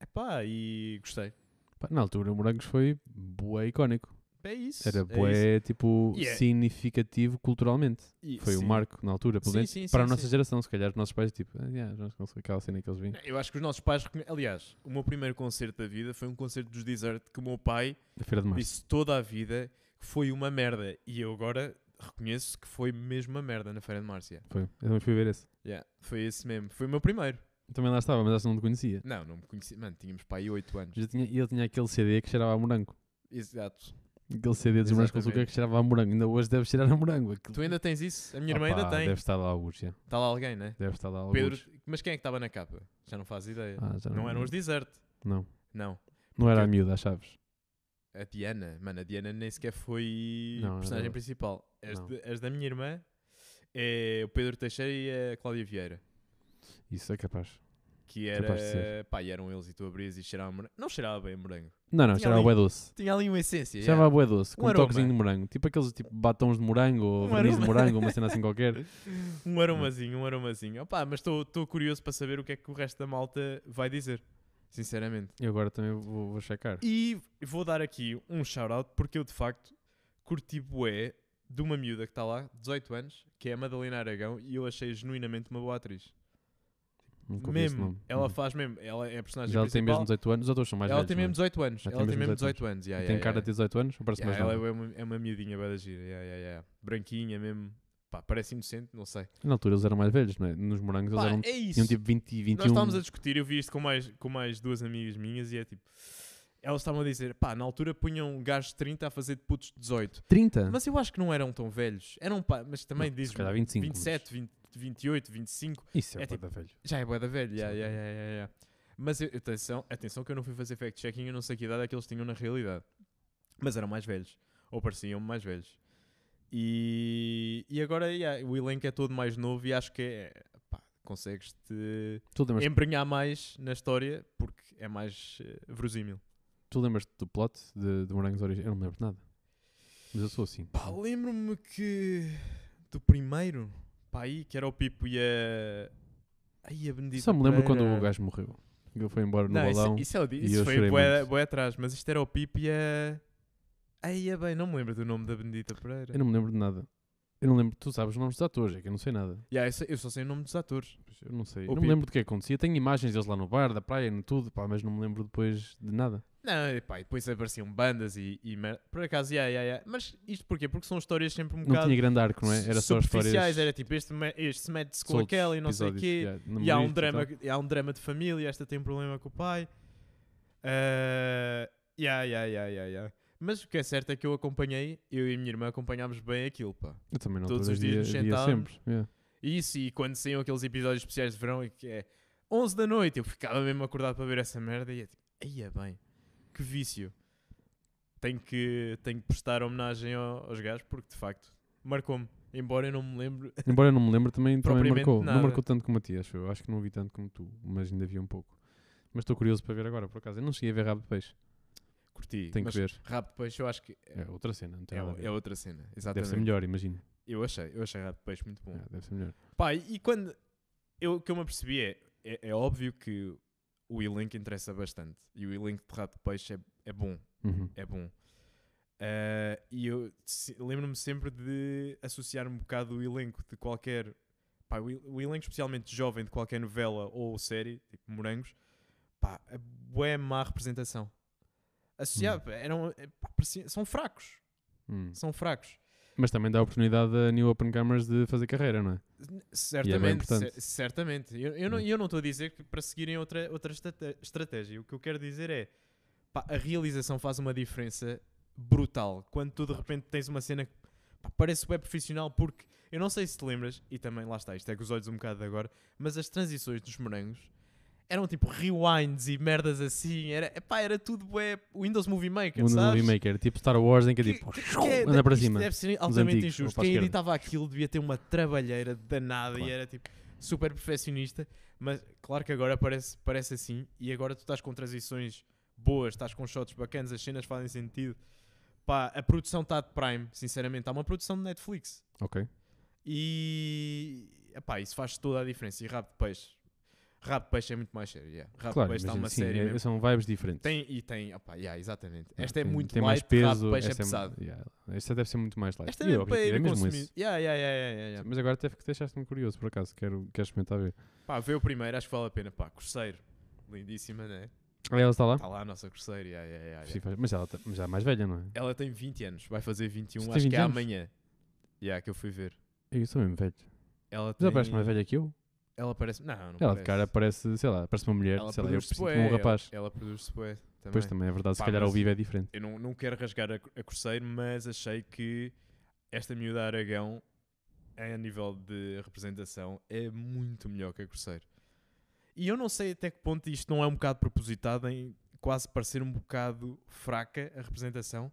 Epá, e gostei.
Pá, na altura, o Morangos foi bué icónico.
É isso.
Era
é isso.
bué, tipo,
E é-
significativo culturalmente.
E-
Foi
sim.
o marco na altura, pelo
Sim,
menos,
sim,
para a
sim,
nossa
sim.
geração. Se calhar os nossos pais, tipo, ah, yeah, nós não sei aquela cena que eles vinham.
Eu acho que os nossos pais. reconhe- Aliás, o meu primeiro concerto da vida foi um concerto dos Desert que o meu pai
A Feira de Março.
disse toda a vida que foi uma merda. E eu agora reconheço que foi mesmo uma merda na Feira de Márcia.
Foi. Eu também fui ver esse.
Yeah, foi esse mesmo. Foi o meu primeiro.
Eu também lá estava, mas acho que não te conhecia.
Não, não me conheci. Mano, tínhamos pai 8 anos.
Já tinha, e ele tinha aquele CD que cheirava a morango.
Exato.
Aquele CD dos morangos com
Exatamente.
açúcar que cheirava a morango. Ainda hoje deve cheirar a morango. Aquilo-
Tu ainda tens isso? A minha irmã
Opa,
ainda tem.
Deve estar lá alguns, já.
Está lá alguém, né?
Deve estar lá alguns.
Pedro. Mas quem é que estava na capa? Já não faz ideia.
Ah, já
não eram os Desert.
Não.
Não.
Não era a
Porque-
miúda, a Chaves.
A Diana, mano, a Diana nem sequer foi
Não, era
personagem
ela.
principal. As,
Não.
de- as da minha irmã é o Pedro Teixeira e a Cláudia Vieira.
Isso é capaz.
Que
Capaz de
era. Pá, e eram eles e tu abrias e cheirava a morango. Não cheirava bem a morango.
Não, não,
Tinha
cheirava
ali-
bué doce.
Tinha ali uma essência.
Cheirava a bué doce,
Um
com um
aroma.
toquezinho de morango. Tipo aqueles tipo batons de morango ou
Um
verniz de
aroma.
morango, uma
*laughs*
cena assim qualquer.
yeah. Um aromazinho, um aromazinho. Opá, mas estou curioso para saber o que é que o resto da malta vai dizer. Sinceramente.
Eu agora também vou, vou checar.
E vou dar aqui um shout-out porque eu de facto curti bué de uma miúda que está lá, 18 anos, que é a Madalena Aragão, e eu achei genuinamente uma boa atriz.
Nunca ouvi esse
Mesmo,
nome.
ela
Uhum.
faz mesmo, ela é a personagem
Já ela tem
principal.
mesmo 18 anos, os outros são mais
ela
velhos.
tem
não é?
mesmo 18 anos,
Já tem
ela tem
mesmo
mesmo
18
18 anos, yeah,
tem
yeah,
cara de
yeah.
18 anos, ou parece
Yeah,
mais
ela
nova.
é uma, é uma miudinha bem da gira, yeah, yeah, yeah. branquinha mesmo, pá, parece inocente, não sei.
Na altura eles eram mais velhos, não é? Nos morangos
Pá,
eles eram,
é isso,
tinham tipo 20 e 21.
nós estávamos a discutir, eu vi isto com mais, com mais duas amigas minhas e é tipo, elas estavam a dizer, pá, na altura punham gajos de 30 a fazer de putos de 18,
30?
mas eu acho que não eram tão velhos, eram pá, mas também
Ah. Não,
diz
se calhar 25.
27, 20, 28, 25,
Isso é,
é
bué
tipo-
da velho.
Já é bué da velha, yeah,
Sim.
yeah, yeah, yeah, yeah. Mas eu- atenção, atenção que eu não fui fazer fact-checking, eu não sei que idade é que eles tinham na realidade. Mas eram mais velhos, ou pareciam mais velhos. E, e agora yeah, o elenco é todo mais novo e acho que é, pá, consegues-te
Tu lembras-
embrenhar mais na história porque é mais eh, verosímil.
tu lembras-te do plot de, de morangos originais? Eu não me lembro de nada. Mas eu sou assim.
Pá, lembro-me que do primeiro, pá, aí que era o Pipo e a. Aí a Benedita.
Só me lembro quando o
Pereira.
gajo morreu. Ele foi embora no
Não, isso-
balão.
Isso, é o di-
e
isso
eu
foi
chorei
bué,
muito.
bué atrás, mas isto era o Pipo e a. Ai, é bem, não me lembro do nome da Benedita Pereira.
Eu não me lembro de nada. Eu não lembro, tu sabes os nomes dos atores, é que eu não sei nada.
Yeah, eu, sei- eu só sei o nome dos atores.
Eu não sei.
O
Eu não me
Pipo.
lembro do que acontecia. Tenho imagens deles lá no bar, da praia, em tudo, pá, mas não me lembro depois de nada.
Não, e pá, e depois apareciam bandas e. e mer- Por acaso, yeah, yeah, yeah. mas isto porquê? Porque são histórias sempre um
Não
bocado.
tinha grande arco, não é? Era só histórias.
superficiais, era tipo este, me- este se mete-se com
soltos,
aquele e não sei o
episódios,
quê.
yeah,
E há um,
namoristas
drama,
tal.
e há um drama de família, esta tem um problema com o pai. Ah, yeah, yeah, yeah, yeah, yeah. Mas o que é certo é que eu acompanhei, eu e a minha irmã acompanhámos bem aquilo, pá.
Eu também não
todos
todos
os dias nos
via, via
sentávamos.
sempre. yeah.
Isso, e quando saíam aqueles episódios especiais de verão, e que é 11 da noite, eu ficava mesmo acordado para ver essa merda e é tipo, aí é bem, que vício. Tenho que, tenho que prestar homenagem ao- aos gajos porque de facto marcou-me. Embora eu não me lembre. *laughs*
Embora eu não me lembre, também, também
Propriamente
marcou.
nada.
Não marcou tanto como a ti, acho eu. Acho que não vi tanto como tu, mas ainda vi um pouco. Mas estou curioso para ver agora, por acaso. Eu não cheguei a ver Rabo de Peixe.
Curti.
Tenho
mas
que ver.
Rabo de peixe, eu acho que é,
É outra cena, não tem
é
nada a
o-
ver.
é outra cena.
Deve
Exatamente.
ser melhor, imagino.
Eu achei, eu achei Rabo de peixe muito bom.
É, deve ser melhor.
Pá, e e quando. Eu, o que eu me apercebi é, é. é óbvio que o elenco interessa bastante. E o elenco de Rabo de peixe é, é bom.
Uhum.
É bom. Ah, e eu se- lembro-me sempre de associar um bocado o elenco de qualquer. Pá, o, el- o elenco especialmente jovem de qualquer novela ou série, tipo Morangos, pá, é bué má representação. Associar, eram, é, pá, parecia- são fracos,
Hum.
são fracos.
Mas também dá a oportunidade a New Open Cameras de fazer carreira, não é?
Certamente,
importante.
cer- certamente. Eu, eu não
Hum.
eu não estou a dizer que para seguirem outra, outra estrate- estratégia. O que eu quero dizer é pá, a realização faz uma diferença brutal. Quando tu de repente tens uma cena que pá, parece web profissional, porque eu não sei se te lembras, e também lá está, isto é com os olhos um bocado de agora, mas as transições dos morangos eram tipo rewinds e merdas assim. Era, epá, era tudo bué, Windows Movie Maker,
Mundo do
sabes?
Maker, tipo Star Wars, em que é tipo. anda para
isto é-
cima.
Deve ser altamente
antigos, ou
injusto.
para a
Quem
esquerda.
editava aquilo devia ter uma trabalheira danada e
Claro.
era tipo super perfeccionista. Mas claro que agora parece, parece assim. E agora tu estás com transições boas, estás com shots bacanas, as cenas fazem sentido. Pá, a produção está de Prime, sinceramente. Há uma produção de Netflix.
Ok.
E epá, isso faz toda a diferença. E Rabo de Peixe. Rabo de Peixe é muito mais sério. Yeah. Rabo
Claro,
de Peixe está
imagino,
uma
sim,
série
é-
mesmo.
são vibes diferentes.
Tem, e tem, opá, yeah, exatamente. Esta é
Tem-
muito
tem
light,
mais peso.
Rabo de Peixe é
esta
pesado.
yeah, Esta deve ser muito mais light.
Esta
E
é mesmo
o
para ir
objetivo é mesmo
consumir.
esse.
Yeah, yeah, yeah, yeah, yeah, yeah.
Mas agora até que deixaste-me curioso, por acaso. Quero, quero experimentar ver.
Pá, vê o primeiro, acho que vale a pena. Pá, Corseiro. Lindíssima, né?
Ah, ela está lá?
Está lá a nossa Corseiro. Yeah, yeah, yeah, yeah.
Sim, faz- Mas ela tá- mas já é mais velha, não é?
Ela tem 20 anos, vai fazer 21,
Você tem
acho que
20
é
anos?
amanhã. Yeah, que eu fui ver.
Eu sou mesmo velho.
Ela tem...
Já parece mais velha que eu.
Ela parece. Não, não
Ela
parece.
de cara parece, sei lá, parece uma mulher,
Ela
sei lá, eu
produz-se
preciso
bué,
de um
ela-
rapaz.
Ela produz-se bué também.
Pois também é verdade, se
Pá,
calhar ao
mas-
vivo é diferente.
Eu não, não quero rasgar a, a Corseiro, mas achei que esta miúda Aragão, a nível de representação, é muito melhor que a Corseiro. E eu não sei até que ponto isto não é um bocado propositado em quase parecer um bocado fraca a representação,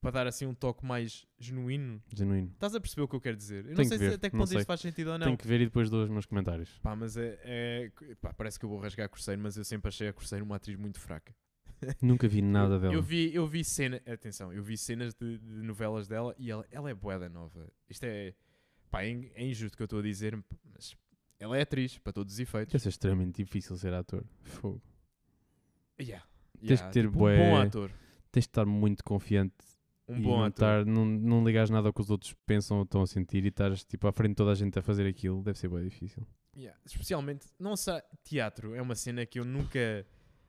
para dar assim um toque mais genuíno.
Genuíno.
Estás a perceber o que eu quero dizer? Eu não
Tenho
sei
que ver,
se até que
não
ponto isto
sei.
faz sentido ou não.
Tenho que ver e depois dou os meus comentários.
Pá, mas é, é- pá, parece que eu vou rasgar a Corseiro, mas eu sempre achei a Corseiro uma atriz muito fraca.
Nunca vi nada
Eu-
dela.
Eu vi, eu vi cena, atenção, eu vi cenas de, de novelas dela e ela, ela é boeda nova. Isto é, pá, é, in- é injusto o que eu estou a dizer, mas ela é atriz para todos os efeitos.
Deve ser extremamente difícil ser ator. Fogo.
Yeah,
Tens
yeah,
que ter
tipo, um
bué-
bom ator,
Tens de estar muito confiante
um
e
bom
não,
ator.
estar, não, não ligares nada ao que os outros pensam ou estão a sentir e estás tipo, à frente de toda a gente a fazer aquilo. Deve ser bem difícil.
Yeah, Especialmente, não sei, teatro é uma cena que eu nunca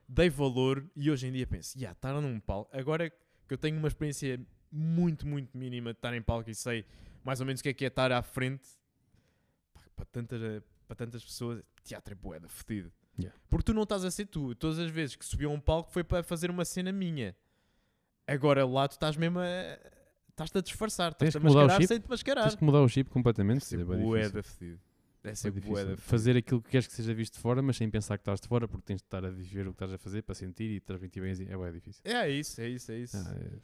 dei valor e hoje em dia penso, yeah, estar num palco, agora que eu tenho uma experiência muito, muito mínima de estar em palco e sei mais ou menos o que é que é estar à frente pá, para tantas, para tantas pessoas, teatro é boeda, fedido.
Yeah.
Porque tu não estás a ser tu. Todas as vezes que subi a um palco foi para fazer uma cena minha. Agora lá tu estás mesmo a. Estás-te a disfarçar,
Tens
estás-te a
que mudar o
mascarar
chip?
sem te mascarar.
Tens que mudar o chip completamente.
Ah. Deve ser
bué difícil.
boeda fedido. Deve
É
ser boeda
difícil.
fedido.
Fazer aquilo que queres que seja visto de fora, mas sem pensar que estás de fora, porque tens de estar a viver o que estás a fazer para sentir e transmitir bem. assim. É bem difícil.
É isso, é isso, é isso.
Ah, é-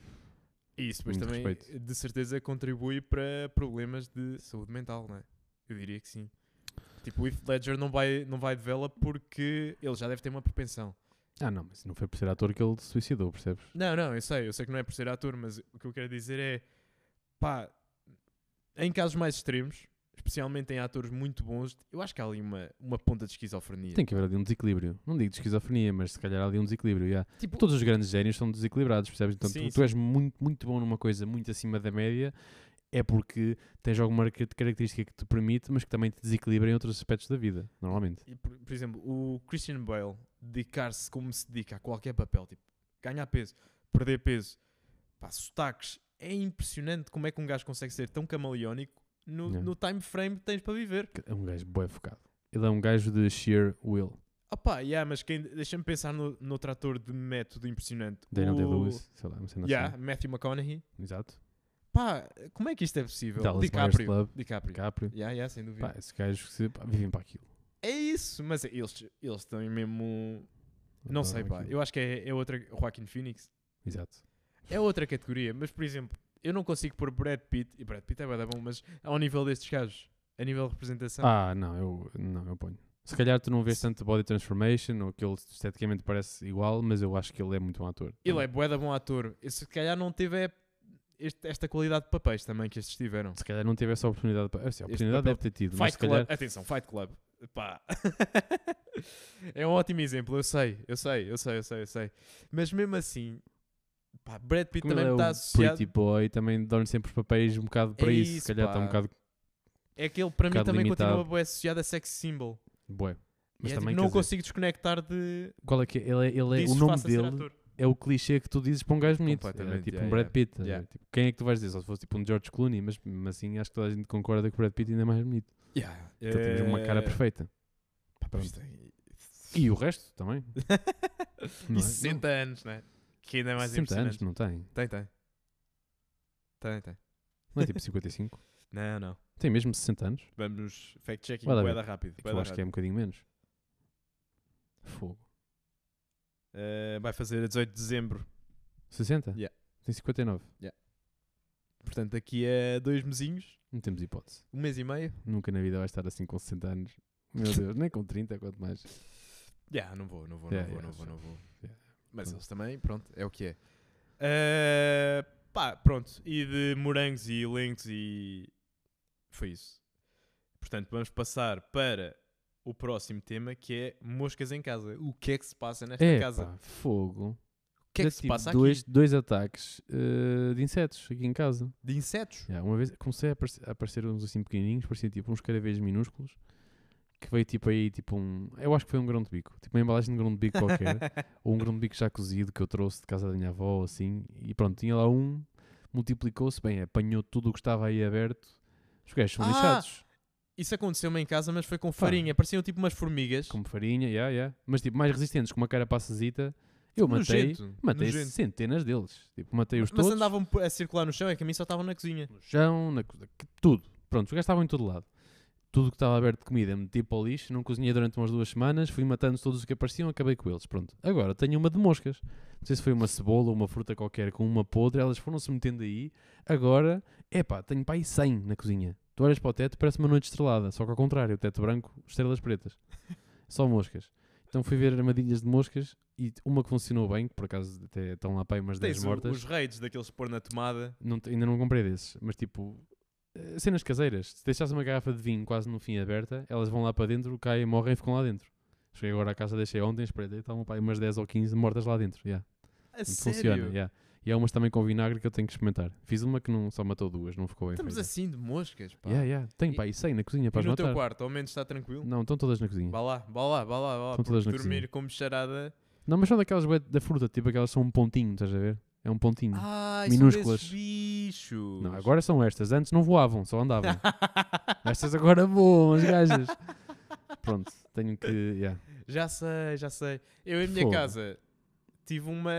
E isso depois
Muito
também,
respeito.
de certeza, contribui para problemas de saúde mental, não é? Eu diria que sim. Tipo, o Heath Ledger não vai, não vai de vela porque ele já deve ter uma propensão.
Ah, não, mas não foi por ser ator que ele se suicidou, percebes?
Não, não, eu sei, eu sei que não é por ser ator, mas o que eu quero dizer é, pá, em casos mais extremos, especialmente em atores muito bons, eu acho que há ali uma, uma ponta de esquizofrenia.
Tem que haver ali um desequilíbrio. Não digo de esquizofrenia, mas se calhar há ali um desequilíbrio. yeah.
Tipo,
Todos os grandes génios são desequilibrados, percebes? Então
Sim,
tu, tu és muito, muito bom numa coisa muito acima da média, é porque tens alguma ca- característica que te permite, mas que também te desequilibra em outros aspectos da vida, normalmente.
E, por, por exemplo, o Christian Bale dedicar-se como se dedica a qualquer papel, tipo, ganhar peso, perder peso, pá, sotaques, é impressionante como é que um gajo consegue ser tão camaleónico no,
Yeah.
no time frame que tens para viver.
É um gajo bué focado. Ele é um gajo de sheer will.
Opá, yeah, mas quem- deixa-me pensar no, noutro ator de método impressionante.
Daniel
o,
Day-Lewis, sei lá, não sei
Uh. Yeah, Matthew McConaughey.
Exato.
Pá, como é que isto é possível?
Dallas Buyers
DiCaprio.
Club.
DiCaprio.
DiCaprio.
Yeah, yeah, sem dúvida.
Pá, esses gajos que se, pá, vivem para aquilo.
É isso, mas eles, eles têm mesmo... um, Não sei,
Adoram
pá,
aquilo.
eu acho que é, é outra... Joaquin Phoenix.
Exato.
É outra categoria, mas por exemplo, Eu não consigo pôr Brad Pitt, e Brad Pitt é bué da bom, mas ao nível destes gajos, a nível de representação,
Ah, não, eu, não, eu ponho. Se calhar tu não vês tanto body transformation ou que ele esteticamente parece igual, mas eu acho que ele é muito um ator.
ele é bué da bom ator. E se calhar não teve é, este- esta qualidade de papéis também que estes tiveram.
Se calhar não teve essa oportunidade. Para... Assim, a
Este
oportunidade
papel-
deve ter tido,
Fight
mas se calhar.
Club, atenção, Fight Club. Pá. *laughs* é um ótimo exemplo, eu sei, eu sei, eu sei, eu sei, eu sei. Mas mesmo assim, pá, Brad Pitt
Como ele
também
é
está
um
associado.
pretty boy, também dão-lhe sempre os papéis um bocado para
É
isso.
isso,
Se calhar está um
pá.
bocado.
É que ele para mim
bocado
também continua
limitado.
bué associado a sex symbol.
Bué.
E
Mas
é,
também
tipo, não
quer dizer,
consigo desconectar de.
Qual é que é? Ele é, ele é-
disso
o nome
faça ser
dele
ator.
é o clichê que tu dizes para um gajo bonito. É
Completamente,
tipo
yeah,
um Brad
yeah.
Pitt. estás a
Yeah.
ver? Tipo, quem é que tu vais dizer? Só se fosse tipo um George Clooney, mas, mas assim acho que toda a gente concorda que o Brad Pitt ainda é mais bonito.
Yeah. Eh,
Então tens uma cara perfeita.
É.
é
Pá,
Pronto.
pois tem.
E o resto também. *laughs* Não
E
é?
60 anos, né? Que ainda é mais
60 anos
impressionante.
não tem.
Tem, tem. Tem, tem.
Não é tipo 55.
*laughs* Não, não.
tem mesmo 60
*laughs*
anos.
Vamos fact-checking
Vai lá
boeda rápido.
É que
bué da
eu acho que é
rápido.
um bocadinho menos. Fogo.
Eh, vai fazer a 18 de dezembro.
60?
Yeah.
Tem 59.
Portanto, daqui a dois mesinhos,
Não temos hipótese.
um mês e meio.
Nunca na vida vai estar assim com 60 anos.
*laughs*
Meu Deus, nem com 30, quanto mais.
Já, não vou, não vou,
Yeah,
não,
yeah,
vou não vou, não vou.
Yeah.
Mas
Pronto.
eles também, pronto, é o que é. Eh, pá, pronto. E de morangos e lentos e. Foi isso. Portanto, vamos passar para o próximo tema que é moscas em casa. O que é que se passa nesta
É,
casa?
pá, fogo. tipo
O que é que se passa
dois,
aqui?
dois ataques eh, de insetos aqui em casa.
De insetos?
Yeah, uma vez comecei a aparecer, a aparecer uns assim pequenininhos, parecia tipo uns caraveis minúsculos, que veio tipo aí, tipo um. Eu acho que foi um grão de bico, tipo uma embalagem de grão de bico qualquer,
*laughs*
ou um grão de bico já cozido que eu trouxe de casa da minha avó, assim, e pronto, tinha lá um, multiplicou-se bem, apanhou tudo o que estava aí aberto. Os gajos são
Ah!
lixados,
Isso aconteceu-me em casa, mas foi com farinha. Pareciam tipo umas formigas.
como farinha, yeah, yeah. mas tipo mais resistentes, com uma cara passazita. Eu matei,
Nojento,
matei
nojento.
centenas deles, tipo, matei-os
Mas
todos.
andavam a circular no chão, é que a mim só estavam na cozinha.
no chão, na, co- que- tudo. Pronto, os gajos estavam em todo lado. Tudo que estava aberto de comida meti para o lixo, não cozinhei durante umas duas semanas, fui matando todos os que apareciam, acabei com eles. Pronto, agora tenho uma de moscas. Não sei se foi uma cebola ou uma fruta qualquer com uma podre, elas foram-se metendo aí. Agora, epá, tenho para aí 100 na cozinha. Tu olhas para o teto, parece uma noite estrelada, só que ao contrário, o teto branco, estrelas pretas. Só moscas. Então fui ver armadilhas de moscas e uma que funcionou bem, que por acaso até estão lá para aí umas 10
Tens o-
mortas.
os raids daqueles pôr na tomada.
Não te- ainda não comprei desses, mas tipo, eh, cenas caseiras. Se deixares uma garrafa de vinho quase no fim aberta, elas vão lá para dentro, caem, morrem e ficam lá dentro. Cheguei agora à casa, deixei ontem, espreitei, estavam pá, aí umas 10 ou 15 mortas lá dentro. Yeah. Tipo,
A
Funciona,
sério?
yeah. E há umas também com vinagre que eu tenho que experimentar. Fiz uma que não, só matou duas, não ficou bem
Estamos
feita.
assim de moscas, pá.
é. Yeah, yeah. Tenho
E-
pá, e 100 na cozinha
E
para as
no
matar.
teu quarto, ao menos está tranquilo?
Não, estão todas na cozinha.
Vá lá, vá lá, vá lá, vá lá.
Estão todas
Porque
na cozinha.
dormir com bicharada...
Não, mas são daquelas bué da fruta, tipo aquelas são um pontinho, estás a ver? É um pontinho.
Ah,
Minúsculas.
Minúsculas. bichos.
Não, agora são estas. Antes não voavam, só
*laughs*
andavam. estas agora voam, as gajas. Pronto, tenho que. yeah.
Já sei, já sei. Eu em minha
Fogo.
casa tive uma,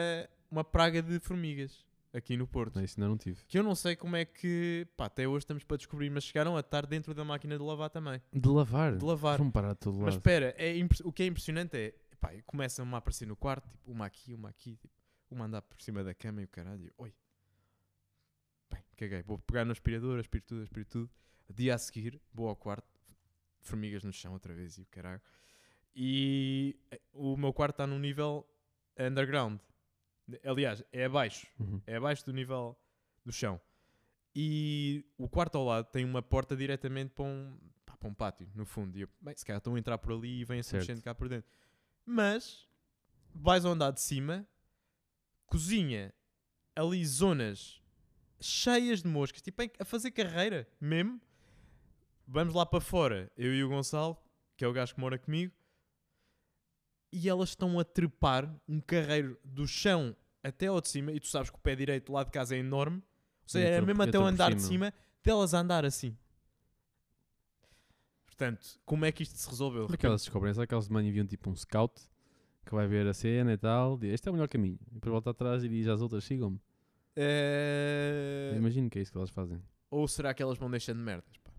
uma praga de formigas aqui no Porto.
Não, isso ainda não tive.
Que eu não sei como é que... Pá, até hoje estamos para descobrir, mas chegaram a estar dentro da máquina de lavar também.
De lavar.
De lavar.
Vão parar de todo
Mas
lado.
espera, é impre- o que é impressionante é, pá, começam-me a aparecer no quarto, tipo, uma aqui, uma aqui, tipo, uma andar por cima da cama e o caralho, oi. Bem, caguei, vou pegar no aspirador, aspiro tudo, aspiro tudo. Dia a seguir, vou ao quarto, formigas no chão outra vez e o caralho. E eh, o meu quarto está num nível underground. Aliás, é abaixo
Uhum.
é abaixo do nível do chão. E o quarto ao lado tem uma porta diretamente para um, pá, para um pátio, no fundo. E eu, bem, se calhar estão a entrar por ali e vêm-se
Certo.
mexendo cá por dentro. Mas vais ao andar de cima, cozinha, ali zonas cheias de moscas, tipo em- a fazer carreira mesmo. Vamos lá para fora, eu e o Gonçalo, que é o gajo que mora comigo, e elas estão a trepar um carreiro do chão até ao de cima, e tu sabes que o pé direito lá de casa é enorme, ou seja,
Eu
era
tô-
mesmo
eu
até
tô
o
por
andar de
cima.
cima, delas a andar assim. Portanto, como é que isto se resolveu?
Como é que elas descobrem? Será que elas de manhã enviam tipo um scout que vai ver a cena e tal? Diz, este é o melhor caminho. E depois volta atrás e diz às outras: sigam-me.
Eh,
Eu Imagino que é isso que elas fazem.
Ou será que elas vão deixando merdas? Pá?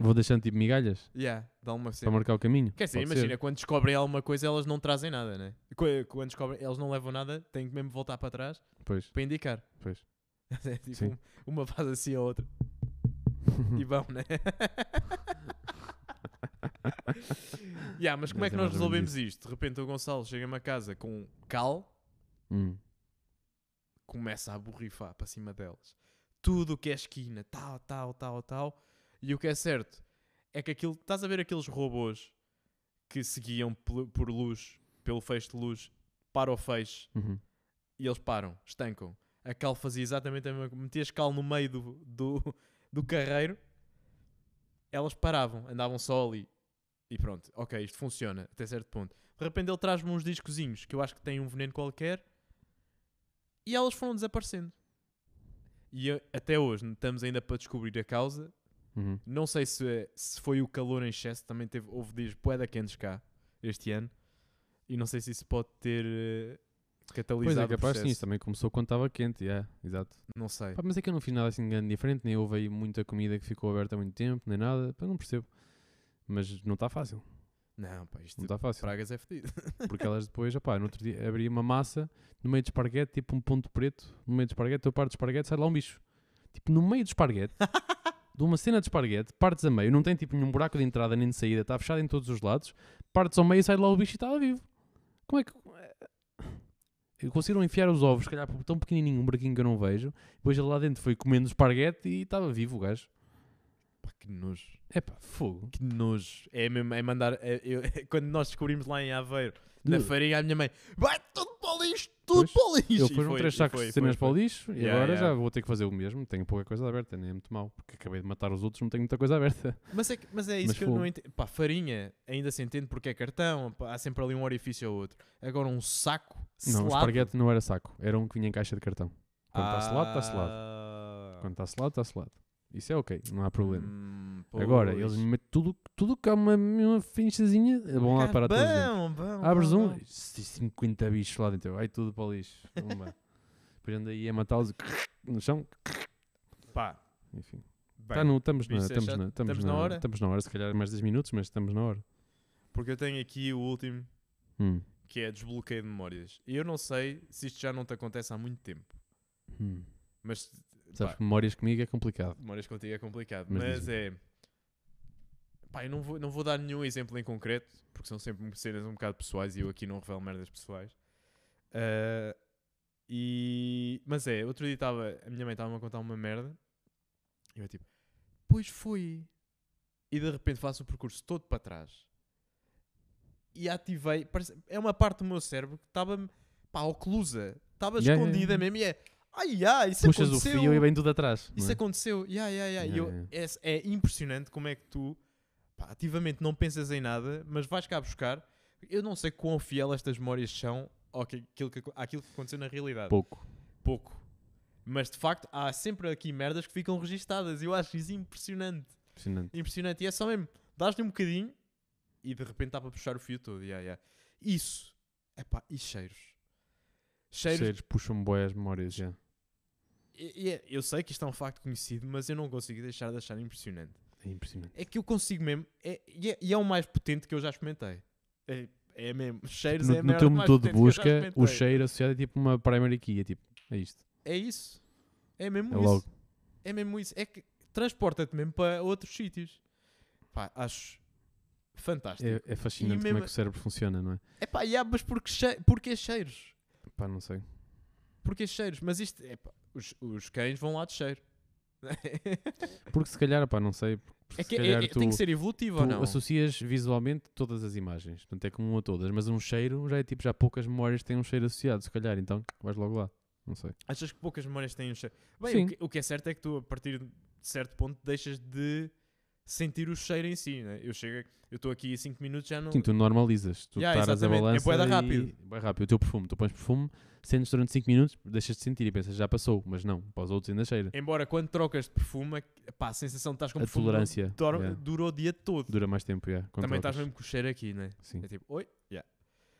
Vou deixando tipo migalhas
Yeah, dá uma
para marcar o caminho.
Quer dizer,
Pode ser.
assim, imagina, quando descobrem alguma coisa, elas não trazem nada, né? Qu- Quando descobrem, eles não levam nada, têm que mesmo voltar para trás
Pois,
para indicar. *laughs*
pois.
É tipo
Sim.
um- uma faz assim a
*laughs*
outra e vão, né? *laughs* yeah, mas como é
Mas
que nós
é mais ou menos
resolvemos isto? De repente o Gonçalo chega-me a casa com cal,
Hum.
começa a borrifar para cima delas. Tudo o que é esquina, tal, tal, tal, tal. E o que é certo é que aquilo. Estás a ver aqueles robôs que seguiam pel- por luz, pelo feixe de luz, para o feixe
Uhum.
e eles param, estancam. A cal fazia exatamente a mesma coisa. Metias cal no meio do, do, do carreiro, elas paravam, andavam só ali. E pronto, ok, isto funciona até certo ponto. De repente ele traz-me uns discozinhos que eu acho que têm um veneno qualquer e elas foram desaparecendo. E eu- até hoje não estamos ainda para descobrir a causa.
Uhum.
Não sei se, é- se foi o calor em excesso, também teve, houve dias poeda quentes cá este ano. E não sei se isso pode ter eh,
Pois
catalisado
é,
o
capaz sim,
processo.
isso também começou quando estava quente, yeah, exato.
Não sei.
Pá, mas é que eu não fiz nada assim de grande diferente, nem houve aí muita comida que ficou aberta há muito tempo, nem nada, pá, não percebo. Mas não está fácil,
Não, pá, isto
não
de
está fácil.
pragas é fedido. *laughs*
Porque elas depois, opá, no outro dia abri uma massa no meio de esparguete, tipo um ponto preto, no meio de esparguete, eu parto de esparguete, sai lá um bicho. Tipo, no meio de esparguete, de uma cena de esparguete, partes a meio, não tem tipo nenhum buraco de entrada nem de saída, está fechado em todos os lados, partes ao meio e sai lá o bicho e está lá vivo. Como é que. eh, Conseguiram enfiar os ovos, se calhar por tão pequenininho, um buraquinho que eu não vejo. Depois ele lá dentro foi comendo esparguete e estava vivo o gajo.
Pá, que nojo.
É pá, fogo.
Que nojo. É mesmo, é mandar. é- eu- *laughs* quando nós descobrimos lá em Aveiro, na
Eu-
farinha, a minha mãe, vai tudo para o lixo, tudo
Pois,
para o lixo.
Eu
E
foram
foi,
três
e
sacos
foi,
de
foi,
cenas para o
foi.
lixo e
Yeah,
agora
yeah.
já vou ter que fazer o mesmo. Tenho pouca coisa aberta, nem é muito mal, porque acabei de matar os outros, não tenho muita coisa aberta.
Mas é, que- mas é isso
Mas
que eu não
fogo.
entendo. Pá, farinha, ainda se entende porque é cartão, pá, há sempre ali um orifício ou outro. Agora um saco
Não, o
selado. ah,
esparguete não era saco, era um que vinha em caixa de cartão. Quando está selado, está selado.
selado.
Quando está selado, está selado. Isso é ok, não há problema.
Hum,
Agora,
pois.
eles metem tudo, tudo que há uma, uma finchazinha, vão lá
Ah,
para todos dentro.
bom, bom,
Abres
bom,
um,
bom.
e 50 bichos lá dentro, vai tudo para o lixo. Pumba. Depois anda aí a matá-los e no chão,
Pá,
enfim.
bem.
Tá no, estamos, na,
isso é
estamos,
chato.
na, estamos,
Estamos na hora?
Estamos na hora, se calhar é mais 10 minutos, mas estamos na hora.
Porque eu tenho aqui o último.
Hum.
que é desbloqueio de memórias. E eu não sei se isto já não te acontece há muito tempo,
Hum.
mas
Sabes,
pá,
memórias comigo é complicado.
memórias contigo é complicado.
Mas
Mas,
diz-me.
é. Pá, eu não vou, não vou dar nenhum exemplo em concreto, porque são sempre cenas um bocado pessoais e eu aqui não revelo merdas pessoais. Ah, e... Mas é, outro dia estava. A minha mãe estava-me a contar uma merda e eu tipo, pois foi. E de repente faço o percurso todo para trás e ativei. parece- é uma parte do meu cérebro que estava pá, oclusa, estava
Yeah, yeah,
escondida
yeah.
mesmo. E é, ai, ai, isso
Puxas
aconteceu.
o fio e vem tudo atrás.
Isso
não é?
aconteceu. Yeah, yeah, yeah. E
Yeah,
eu-
yeah.
É, é impressionante como é que tu pá, ativamente não pensas em nada, mas vais cá buscar. Eu não sei quão fiel estas memórias são ao que, aquilo que, àquilo que aconteceu na realidade.
Pouco.
Pouco. Mas de facto há sempre aqui merdas que ficam registadas. Eu acho isso impressionante.
Impressionante.
Impressionante. E é só mesmo, dás-lhe um bocadinho e de repente está para puxar o fio todo. Yeah, yeah. Isso. Epá, e cheiros? Cheiros.
Cheiros, puxam bué as memórias já.
E- e- eu sei que isto é um facto conhecido, mas eu não consigo deixar de achar impressionante.
É impressionante.
É que eu consigo mesmo. É, e, é, e é o mais potente que eu já experimentei. É, é mesmo. Cheiros é a
No, no
merda
teu
mais
motor
potente
de
que eu já
busca, o
experimentei.
cheiro associado é tipo uma primary key. É tipo, é isto.
É isso. É mesmo
É
isso.
logo.
É mesmo isso. É que transporta-te mesmo para outros sítios. Pá, acho fantástico.
É, é fascinante como
mesmo-
é que o cérebro funciona, não é?
É pá, e há, mas porque, che- porque é cheiros?
Pá, não
*laughs*
sei.
Porque cheiros? Mas isto, é pá, os, os cães vão lá de cheiro. *laughs*
Porque se calhar, pá, não sei. Porque
É
se
que é-
calhar
é-
tu,
tem que ser evolutivo ou
tu
não?
associas visualmente todas as imagens. Portanto, é comum a todas. Mas um cheiro já é tipo, já poucas memórias têm um cheiro associado, se calhar. Então, vais logo lá. Não sei.
Achas que poucas memórias têm um cheiro? Bem,
Sim.
o que, o que é certo é que tu, a partir de certo ponto, deixas de sentir o cheiro em si, né? Eu chego, eu estou aqui há 5 minutos, já não...
Sim, tu normalizas. Tu
Yeah,
taras a
exatamente. É
balança.
bué da
e-
rápido.
bué rápido. O teu perfume, tu pões perfume, sentes durante 5 minutos, deixas de sentir e pensas já passou, mas não, para os outros ainda cheira.
Embora quando trocas de perfume, é pá, a sensação de estás com É
a
um perfume
tolerância
dura-
yeah,
durou o dia todo.
dura mais tempo. Yeah, quando
Também estás
trocas.
mesmo com o cheiro aqui, né?
Sim.
É tipo, oi? Yeah.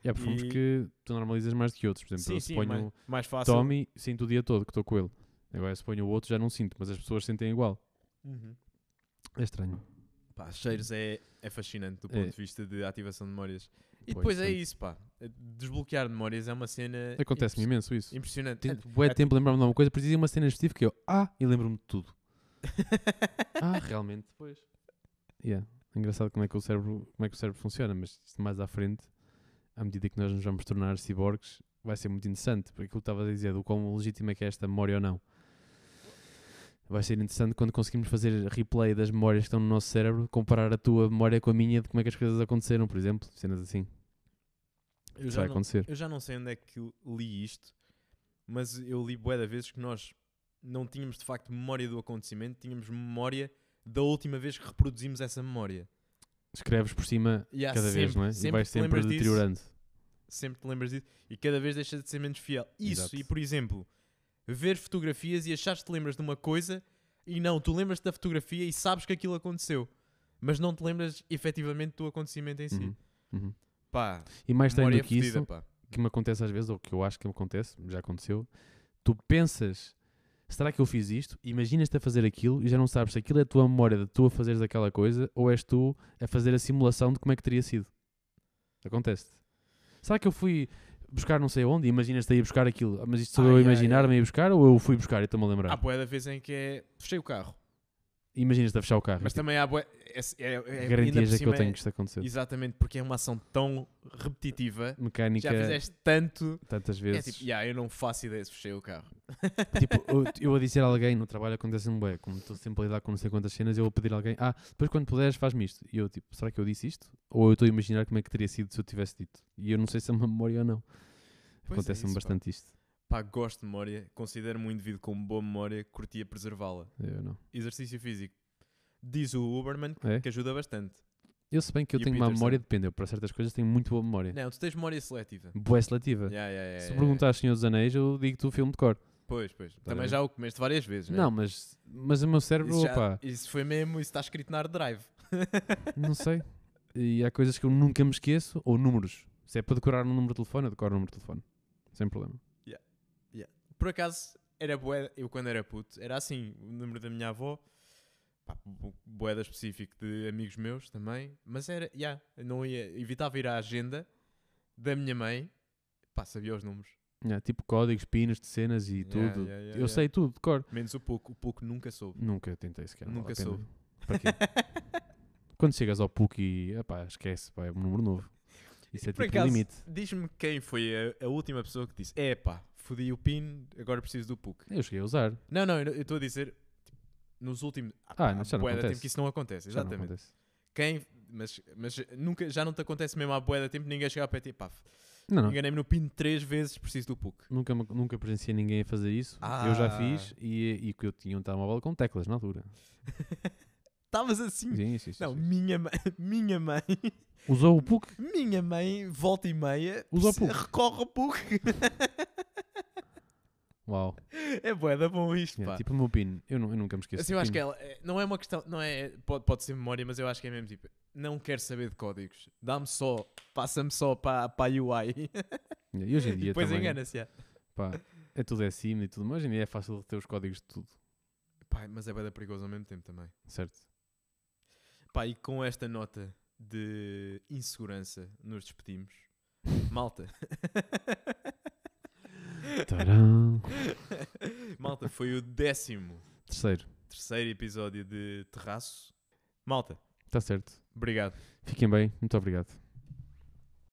E há perfumes
e-
que tu normalizas mais do que outros. Por exemplo,
Sim,
eu
sim,
se
mais,
ponho
mais
o
fácil.
Tommy, sinto o dia todo que estou com ele. Agora se ponho o outro já não sinto, mas as pessoas sentem igual.
Uhum.
É estranho.
Pá, cheiros é, é fascinante do
É.
ponto de vista de ativação de memórias. E
Pois,
depois é
tanto.
isso, pá. Desbloquear memórias é uma cena. impress-
Acontece-me imenso isso.
Impressionante.
Tento bué
até-
tempo lembrar-me de alguma coisa, depois dizia uma cena específica que eu, ah, e lembro-me de tudo.
*laughs*
ah, realmente, depois. Yeah. Engraçado como é, que o cérebro, como é que o cérebro funciona, mas isto mais à frente, à medida que nós nos vamos tornar ciborgues, vai ser muito interessante, porque aquilo que estava a dizer, do quão legítima é que é esta memória ou não. Vai ser interessante quando conseguirmos fazer replay das memórias que estão no nosso cérebro, comparar a tua memória com a minha de como é que as coisas aconteceram, por exemplo, cenas assim.
Eu
Isso
já
vai
não-
acontecer.
*laughs* Eu já não sei onde é que eu li isto, mas eu li bué da vezes que nós não tínhamos de facto memória do acontecimento, tínhamos memória da última vez que reproduzimos essa memória.
Escreves por cima
E há
cada vez, não é? E vais
te
sempre
lembras disso,
deteriorando.
sempre te lembras disso e cada vez deixa de ser menos fiel. Isso,
Exato.
e por exemplo, ver fotografias e achares que te lembras de uma coisa e não, tu lembras-te da fotografia e sabes que aquilo aconteceu, mas não te lembras efetivamente do acontecimento em si.
Uhum, uhum.
Pá,
E mais tem
memória
do que
fodida,
isso,
pá.
que me acontece às vezes, ou que eu acho que me acontece, já aconteceu, tu pensas, será que eu fiz isto? Imaginas-te a fazer aquilo e já não sabes se aquilo é a tua memória de tu a fazeres aquela coisa ou és tu a fazer a simulação de como é que teria sido. Acontece-te. Será que eu fui buscar não sei onde e imaginas-te a ir buscar aquilo? Ah, Mas isto sou
Ah,
eu a
yeah,
imaginar-me a ir buscar ou eu fui buscar e estou-me a lembrar?
Há bué da vez em que é, fechei o carro.
Imaginas-te a fechar o carro.
Mas
Mas
também há bué, é, é, é, ainda
Garantias
por
é que eu
cima
tenho
é-
que isto acontecer.
Exatamente, porque é uma ação tão repetitiva.
Mecânica,
Já fizeste tanto.
tantas
É
vezes.
tipo, yeah, eu não faço ideia se fechei o carro.
*laughs* Tipo,
*laughs*
eu, eu a dizer a alguém no trabalho acontece-me bué, como estou sempre a lidar com não sei quantas cenas, eu vou pedir a alguém, ah, depois quando puderes faz-me isto. E eu tipo, será que eu disse isto? Ou eu estou a imaginar como é que teria sido se eu tivesse dito? E eu não sei se é uma memória ou não.
Pois é
Acontece-me
isso, pá.
bastante isto.
Pá, gosto de memória, considero-me um indivíduo com boa memória, curtia preservá-la.
Eu não.
Exercício físico. Diz o Uberman que,
É?
que ajuda bastante.
Eu se bem que eu
E o
tenho uma
Peterson?
memória, depende, eu para certas coisas tenho muito boa memória.
Não, tu tens memória seletiva.
Boa seletiva.
Yeah, yeah, yeah,
Se
yeah,
perguntares Senhor dos Anéis, eu digo-te o filme de cor.
yeah. Pois, pois.
a
Também
ver?
já o comeste várias vezes, né?
Não, mas, mas o meu cérebro,
isso, já-
opa,
isso foi mesmo, isso está escrito na hard
*laughs*
drive. *laughs*
não sei. E há coisas que eu nunca me esqueço, ou números. Se é para decorar um número de telefone, eu decoro o número de telefone. Sem problema.
Por acaso, era bué, eu quando era puto, era assim, o número da minha avó, pá, bu- bué específico de amigos meus também, mas era, yeah, eu não ia, evitava ir à agenda da minha mãe, pá, sabia os números,
Yeah, tipo códigos, pinos de cenas e
Yeah,
tudo.
yeah, yeah,
eu
yeah.
sei tudo de cor.
menos o pouco, o pouco nunca soube.
Nunca tentei sequer. não
Nunca
vale a pena.
soube.
Para
*laughs*
quê? Quando chegas ao PUC e epá, esquece, pá, é um número novo. Isso é
Por
tipo
acaso-
um limite.
Diz-me quem foi a, a última pessoa que disse, é pá, fodi o PIN, agora preciso do PUC.
Eu cheguei a usar.
Não, não, eu estou a dizer, tipo, nos últimos,
Ah, não, já não
bué da tempo
acontece.
que isso não acontece,
Já não
exatamente.
acontece.
Quem, mas, mas nunca, já não te acontece mesmo à bué da tempo ninguém chegar para ti, pá,
Não, não.
Enganei-me no PIN três vezes, preciso do PUC.
Nunca, me- nunca presenciei ninguém a fazer isso. Eu já
Ah.
fiz e, e que eu tinha um telemóvel com teclas na altura.
Estavas assim.
Sim, sim, sim,
Não,
sim.
minha mãe, minha mãe,
Usou o PUC?
minha mãe, volta e meia,
Usa o
se-
PUC.
recorre ao PUC.
Uau.
*laughs* É bué da bom isto,
Yeah,
pá.
tipo o meu PIN. Eu, não, eu nunca me esqueço.
assim,
do
eu acho
PIN.
que ela, é- não é uma questão, não é, pode, pode ser memória, mas eu acho que é mesmo tipo, não quero saber de códigos, dá-me só, passa-me só para a UI.
Yeah, E
*laughs*
hoje em
E
dia
depois
também,
engana-se, já.
pá, é tudo é sim e tudo, mas hoje em dia é fácil ter os códigos de tudo,
Pá, mas é bué da perigoso ao mesmo tempo também.
certo?
Pá, e com esta nota de insegurança nos despedimos. Malta. *laughs*
Tcharam.
*laughs* Malta, foi o décimo
Terceiro,
terceiro episódio de Terraço. Malta,
está Tá certo.
obrigado.
Fiquem bem, muito obrigado.